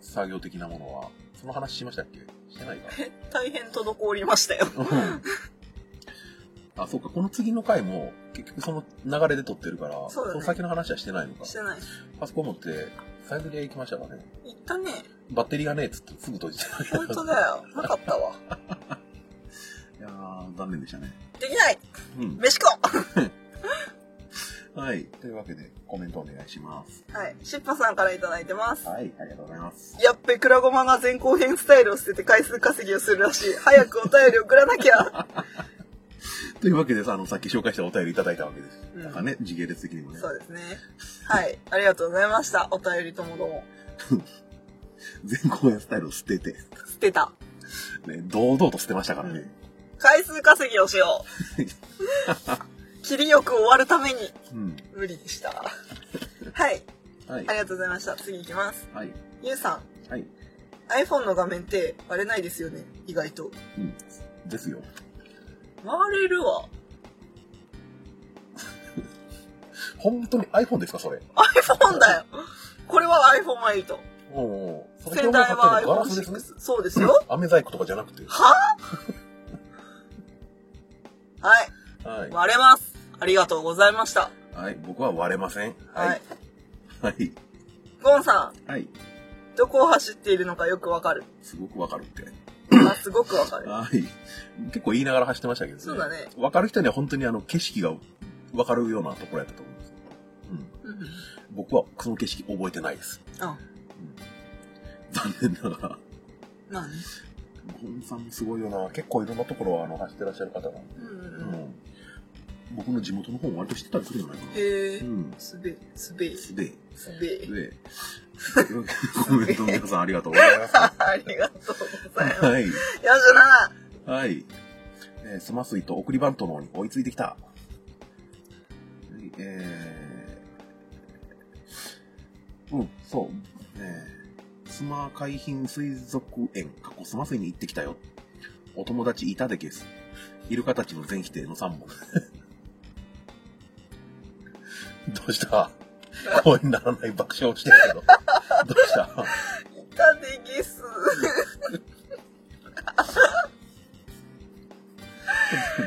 Speaker 1: 作業的なものは、その話しましたっけしてないか。
Speaker 2: え大変滞りましたよ。
Speaker 1: うんあ、そうか。この次の回も、結局その流れで撮ってるから、
Speaker 2: そうだね
Speaker 1: の先の話はしてないのか
Speaker 2: し。てない。
Speaker 1: パソコン持って、サイズで行きましたからね。
Speaker 2: 行ったね。
Speaker 1: バッテリーがねえっつってすぐ閉じてる。
Speaker 2: 本当だよ。なかった [LAUGHS] わ。
Speaker 1: いやー、残念でしたね。
Speaker 2: できない
Speaker 1: うん。
Speaker 2: 飯食お
Speaker 1: はい。というわけで、コメントお願いします。
Speaker 2: うはい。しっぱさんからいただいてます。
Speaker 1: はい、ありがとうございます。
Speaker 2: やっべ、クラゴマが前
Speaker 1: [LAUGHS]
Speaker 2: 後編スタイルを捨てて回数稼ぎをするらしい。早くお便り送らなきゃ。
Speaker 1: というわけでさ、あの、さっき紹介したお便りいただいたわけです。
Speaker 2: うん
Speaker 1: なんかね、時系列的にもね。
Speaker 2: そうですね。はい。ありがとうございました。お便りともども。
Speaker 1: 全公演スタイルを捨てて、
Speaker 2: 捨てた。
Speaker 1: ね、堂々と捨てましたからね。
Speaker 2: 回数稼ぎをしよ
Speaker 1: [LAUGHS]
Speaker 2: う。切りよく終わるために
Speaker 1: うん。
Speaker 2: 無理でした。はい。
Speaker 1: はい
Speaker 2: あ。りがとうございました。次行きます。
Speaker 1: はい。
Speaker 2: ゆうさん。
Speaker 1: はい。
Speaker 2: iPhone の画面って割れないですよね。意外と。
Speaker 1: うん。ですよ。
Speaker 2: 割れるわ。
Speaker 1: 本当に iPhone ですか、それ。
Speaker 2: iPhone だよ。これは iPhone8。
Speaker 1: おおー。それ
Speaker 2: 先代
Speaker 1: 表面張っ
Speaker 2: は
Speaker 1: てるのガラスですね。
Speaker 2: iPhone6。そうですよ。
Speaker 1: 飴細工とかじゃなくて。
Speaker 2: は [LAUGHS] ぁは
Speaker 1: は
Speaker 2: い。
Speaker 1: い。
Speaker 2: 割れます。ありがとうございました。
Speaker 1: はい。僕は割れません。
Speaker 2: はい。。
Speaker 1: はい。
Speaker 2: ゴンさ
Speaker 1: はい。
Speaker 2: ん、どこを走っているのかよくわか [LAUGHS] る。
Speaker 1: すごくわかるって。
Speaker 2: あ、すごくわかる。
Speaker 1: はい。結構言いながら走ってましたけどね。
Speaker 2: そうだね。
Speaker 1: わかる人には本当にあの、景色がわかるようなところやったと思うんです。
Speaker 2: うん
Speaker 1: うん。僕はその景色覚えてないです。
Speaker 2: あ、
Speaker 1: 残念ながら。
Speaker 2: なに
Speaker 1: 本さんもすごいよな。結構いろんなところをあの、走ってらっしゃる方が。
Speaker 2: うんう
Speaker 1: うん
Speaker 2: うん。
Speaker 1: ん。僕の地元の方も割と知ってたりするんじゃないかな。
Speaker 2: へえ
Speaker 1: う。ん。
Speaker 2: すべ、すべ、す
Speaker 1: で、
Speaker 2: べ。
Speaker 1: で、 [LAUGHS] コメントの皆さんありがとうござ
Speaker 2: [LAUGHS]
Speaker 1: います。
Speaker 2: [LAUGHS] ありがとうございます。
Speaker 1: はい。
Speaker 2: 47!
Speaker 1: はい。えー、スマスイと送りバントの方に追いついてきた。はいえー、うん、そう。えー、スマ海浜水族園、過去スマスイに行ってきたよ。お友達いたでけす。イルカたちの全否定の3本。 [LAUGHS] どうした声にならない爆笑してるけど。どうした
Speaker 2: いたでゲ [LAUGHS] ス。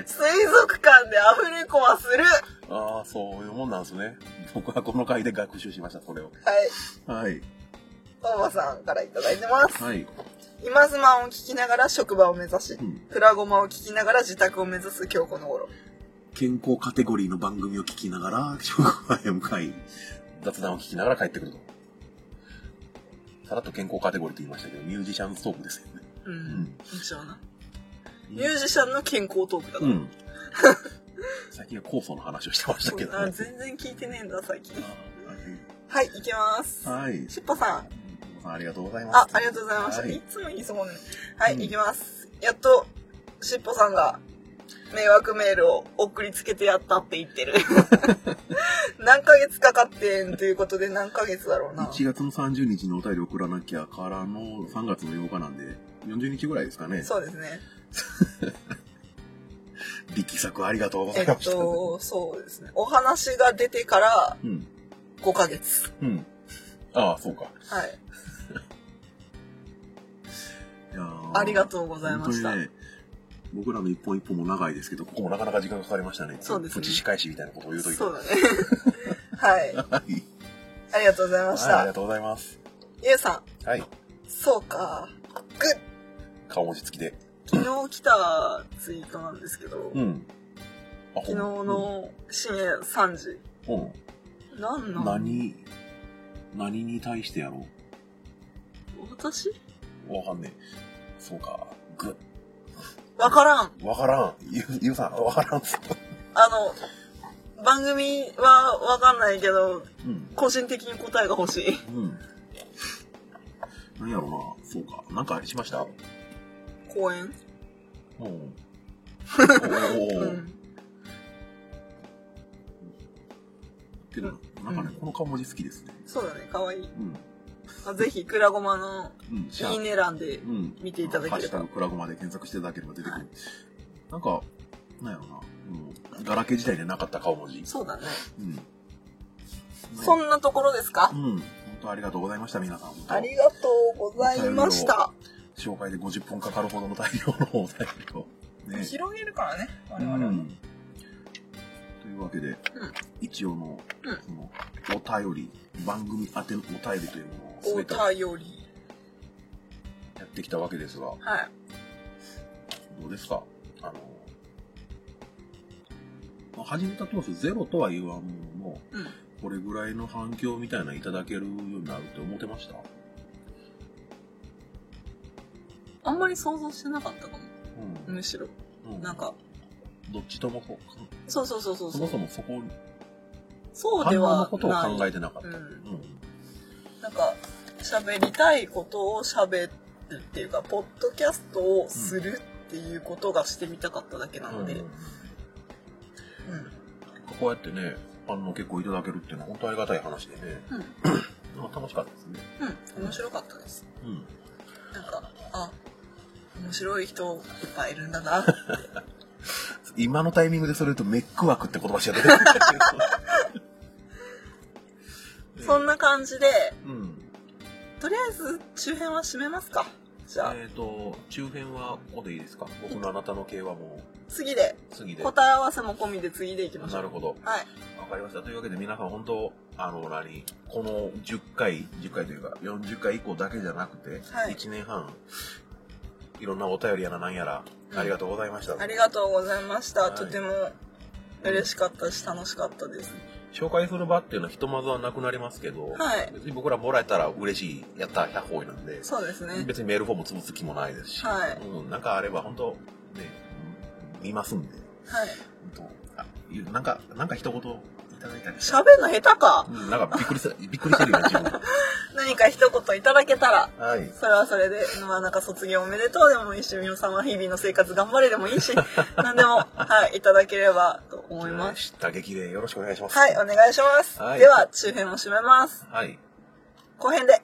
Speaker 2: 水族館でアフレコはする
Speaker 1: ああ、そういうもんなんですね。僕はこの回で学習しました、それを。
Speaker 2: はい。
Speaker 1: はい。
Speaker 2: トーマさんからいただいてます。
Speaker 1: はい。
Speaker 2: 今スマンを聞きながら職場を目指し
Speaker 1: う、ん
Speaker 2: プラゴマを聞きながら自宅を目指す今日この頃。
Speaker 1: 健康カテゴリーの番組を聞きながら、職場へ向かい、雑談を聞きながら帰ってくると。さらっと健康カテゴリーと言いましたけど、ミュージシャンストークですよね。
Speaker 2: うんん。一応な。ミュージシャンの健康トークだか
Speaker 1: う
Speaker 2: ら。
Speaker 1: ん。 [LAUGHS] 最近は酵素の話をしてましたけど、
Speaker 2: あ
Speaker 1: ね。
Speaker 2: 全然聞いてねえんだ最近
Speaker 1: あ
Speaker 2: はい行きます
Speaker 1: はい。
Speaker 2: しっぽさん
Speaker 1: ありがとうございます。
Speaker 2: あありがとうございました、、
Speaker 1: はい
Speaker 2: つも言いそうもんねはい、
Speaker 1: うん
Speaker 2: 行きますやっとしっぽさんが迷惑メールを送りつけてやったって言っ
Speaker 1: [LAUGHS]
Speaker 2: てる何ヶ月かかってんということで何ヶ月だろうな
Speaker 1: 1月の30日にお便り送らなきゃからの3月の8日なんで、40日ぐらいですかね。
Speaker 2: そうですね
Speaker 1: 力作ありがとうござ
Speaker 2: え
Speaker 1: いま
Speaker 2: っ
Speaker 1: した。
Speaker 2: とそうですねお話が出てから
Speaker 1: うん。
Speaker 2: 5ヶ月
Speaker 1: うん。ああ、そうか。
Speaker 2: はい
Speaker 1: いやー
Speaker 2: ありがとうございました、
Speaker 1: 本当にね、僕らの一本一本も長いですけど、ここもなかなか時間がかかりましたね。
Speaker 2: そうですね
Speaker 1: プチ仕返しみたいなことを言うといて。
Speaker 2: そうだね [LAUGHS] はい
Speaker 1: はい。
Speaker 2: ありがとうございまし
Speaker 1: はいありが
Speaker 2: た
Speaker 1: とうございます。
Speaker 2: ゆうさん
Speaker 1: はい。
Speaker 2: そうか。グッ
Speaker 1: 顔文字付きで。
Speaker 2: 昨日来たツイートなんですけど、
Speaker 1: うん。あ
Speaker 2: 昨日。の深夜3時。
Speaker 1: ほんうん。
Speaker 2: 何なん
Speaker 1: 何、何に対してやろ
Speaker 2: 私
Speaker 1: うわかんねえ。そうか。ぐ、
Speaker 2: わからん。
Speaker 1: わからん。ゆ、ゆうさん、わからんっす。
Speaker 2: あの、番組はわかんないけど、
Speaker 1: うん。
Speaker 2: 個人的に答えが欲しい。
Speaker 1: うん。何やろうな。そうか。なんかあれしました
Speaker 2: 公演 [LAUGHS]
Speaker 1: うん。おー
Speaker 2: う
Speaker 1: おー
Speaker 2: ん。
Speaker 1: けど、なんかね、この顔文字好きですね。
Speaker 2: そうだね、かわいい。
Speaker 1: うん。
Speaker 2: あぜひ、クラゴマの
Speaker 1: うん。じゃあ
Speaker 2: いいね欄で
Speaker 1: うん。
Speaker 2: 見ていただ
Speaker 1: ハッ
Speaker 2: け
Speaker 1: シ
Speaker 2: れ
Speaker 1: ュタ
Speaker 2: ば
Speaker 1: グ。クラゴマで検索していただければ出てくる。なんか、なんやろな。うん。ガラケー時代でなかった顔文字。
Speaker 2: そうだね。
Speaker 1: うん。
Speaker 2: そんなところですか
Speaker 1: う、ん。本当ありがとうございました、皆さん。本当
Speaker 2: ありがとうございました。
Speaker 1: 紹介で50分かかるほどの大量のお便りを。ね。
Speaker 2: 広げるからね、我
Speaker 1: う
Speaker 2: 々はね
Speaker 1: ん。というわけで、一応の、
Speaker 2: うん
Speaker 1: その、お便り、番組宛てのお便りというものを
Speaker 2: お
Speaker 1: 全てや
Speaker 2: 便り。
Speaker 1: ってきたわけですが、
Speaker 2: はい。
Speaker 1: どうですかあの、まあ始めた当初ゼロとは言わんものの、
Speaker 2: うん。
Speaker 1: これぐらいの反響みたいなのいただけるようになるって思ってました
Speaker 2: あんまり想像してなかったかも。
Speaker 1: う
Speaker 2: むしろ。
Speaker 1: ん。う
Speaker 2: なんか、
Speaker 1: どっちともこう
Speaker 2: そうそうそうそう
Speaker 1: そ
Speaker 2: そ
Speaker 1: も
Speaker 2: う
Speaker 1: そもそこ
Speaker 2: そう
Speaker 1: 反
Speaker 2: で
Speaker 1: 応の
Speaker 2: は
Speaker 1: ことを
Speaker 2: ない
Speaker 1: 考えてなかった、
Speaker 2: う
Speaker 1: うんん
Speaker 2: なんか喋りたいことを喋るっていうかポッドキャストをするっていうことがしてみたかっただけなので、うん
Speaker 1: こうやってね反応結構いただけるっていうのは本当ありがたい話でね、
Speaker 2: うん
Speaker 1: まあ楽しかったですね
Speaker 2: うん、面白かったです
Speaker 1: うん
Speaker 2: なんかあ面白い人いっぱいいるんだな
Speaker 1: 今のタイミングでそれ言うとメック枠って言葉しか出て [LAUGHS] こない
Speaker 2: そんな感じで
Speaker 1: うん
Speaker 2: とりあえず周辺は締めますかじゃあ
Speaker 1: えっ、と中辺はここでいいですか僕のあなたの系はも
Speaker 2: 次で
Speaker 1: う次で
Speaker 2: 答え合わせも込みで次でいきましょ
Speaker 1: なる
Speaker 2: う
Speaker 1: ほど
Speaker 2: はい
Speaker 1: わかりましたというわけで皆さん本当あの何この10回10回というか40回以降だけじゃなくて、
Speaker 2: はい
Speaker 1: 1年半いろんなお便りやらなんやら
Speaker 2: うん
Speaker 1: ありがとうございました、
Speaker 2: ありがとうございました、
Speaker 1: はい
Speaker 2: とても嬉しかったし楽しかったです
Speaker 1: 紹介する場っていうのはひとまずはなくなりますけど、
Speaker 2: はい
Speaker 1: 別に僕らもらえたら嬉しいやった100方なんで
Speaker 2: そうですね
Speaker 1: 別にメールフォーム潰す気もないですし、
Speaker 2: はい
Speaker 1: うん、なんかあれば本当ね見ますんで
Speaker 2: はい
Speaker 1: 本当あいうなんかなんか一言いただいたりした
Speaker 2: 喋るの下手か
Speaker 1: うんなんかびっくりするびっくりしてるよ自分
Speaker 2: 何か一言いただけたら
Speaker 1: はい
Speaker 2: それはそれで、まあなんか卒業おめでとうでもいいし、皆さんは日々の生活頑張れでもい
Speaker 1: [LAUGHS]
Speaker 2: いし、何でも、はい、いただければと思います。
Speaker 1: す。打撃 [LAUGHS] でよろしくお願いします。
Speaker 2: はい、お願いします。
Speaker 1: はい
Speaker 2: では、中編を締めます。
Speaker 1: はい。
Speaker 2: 後編で。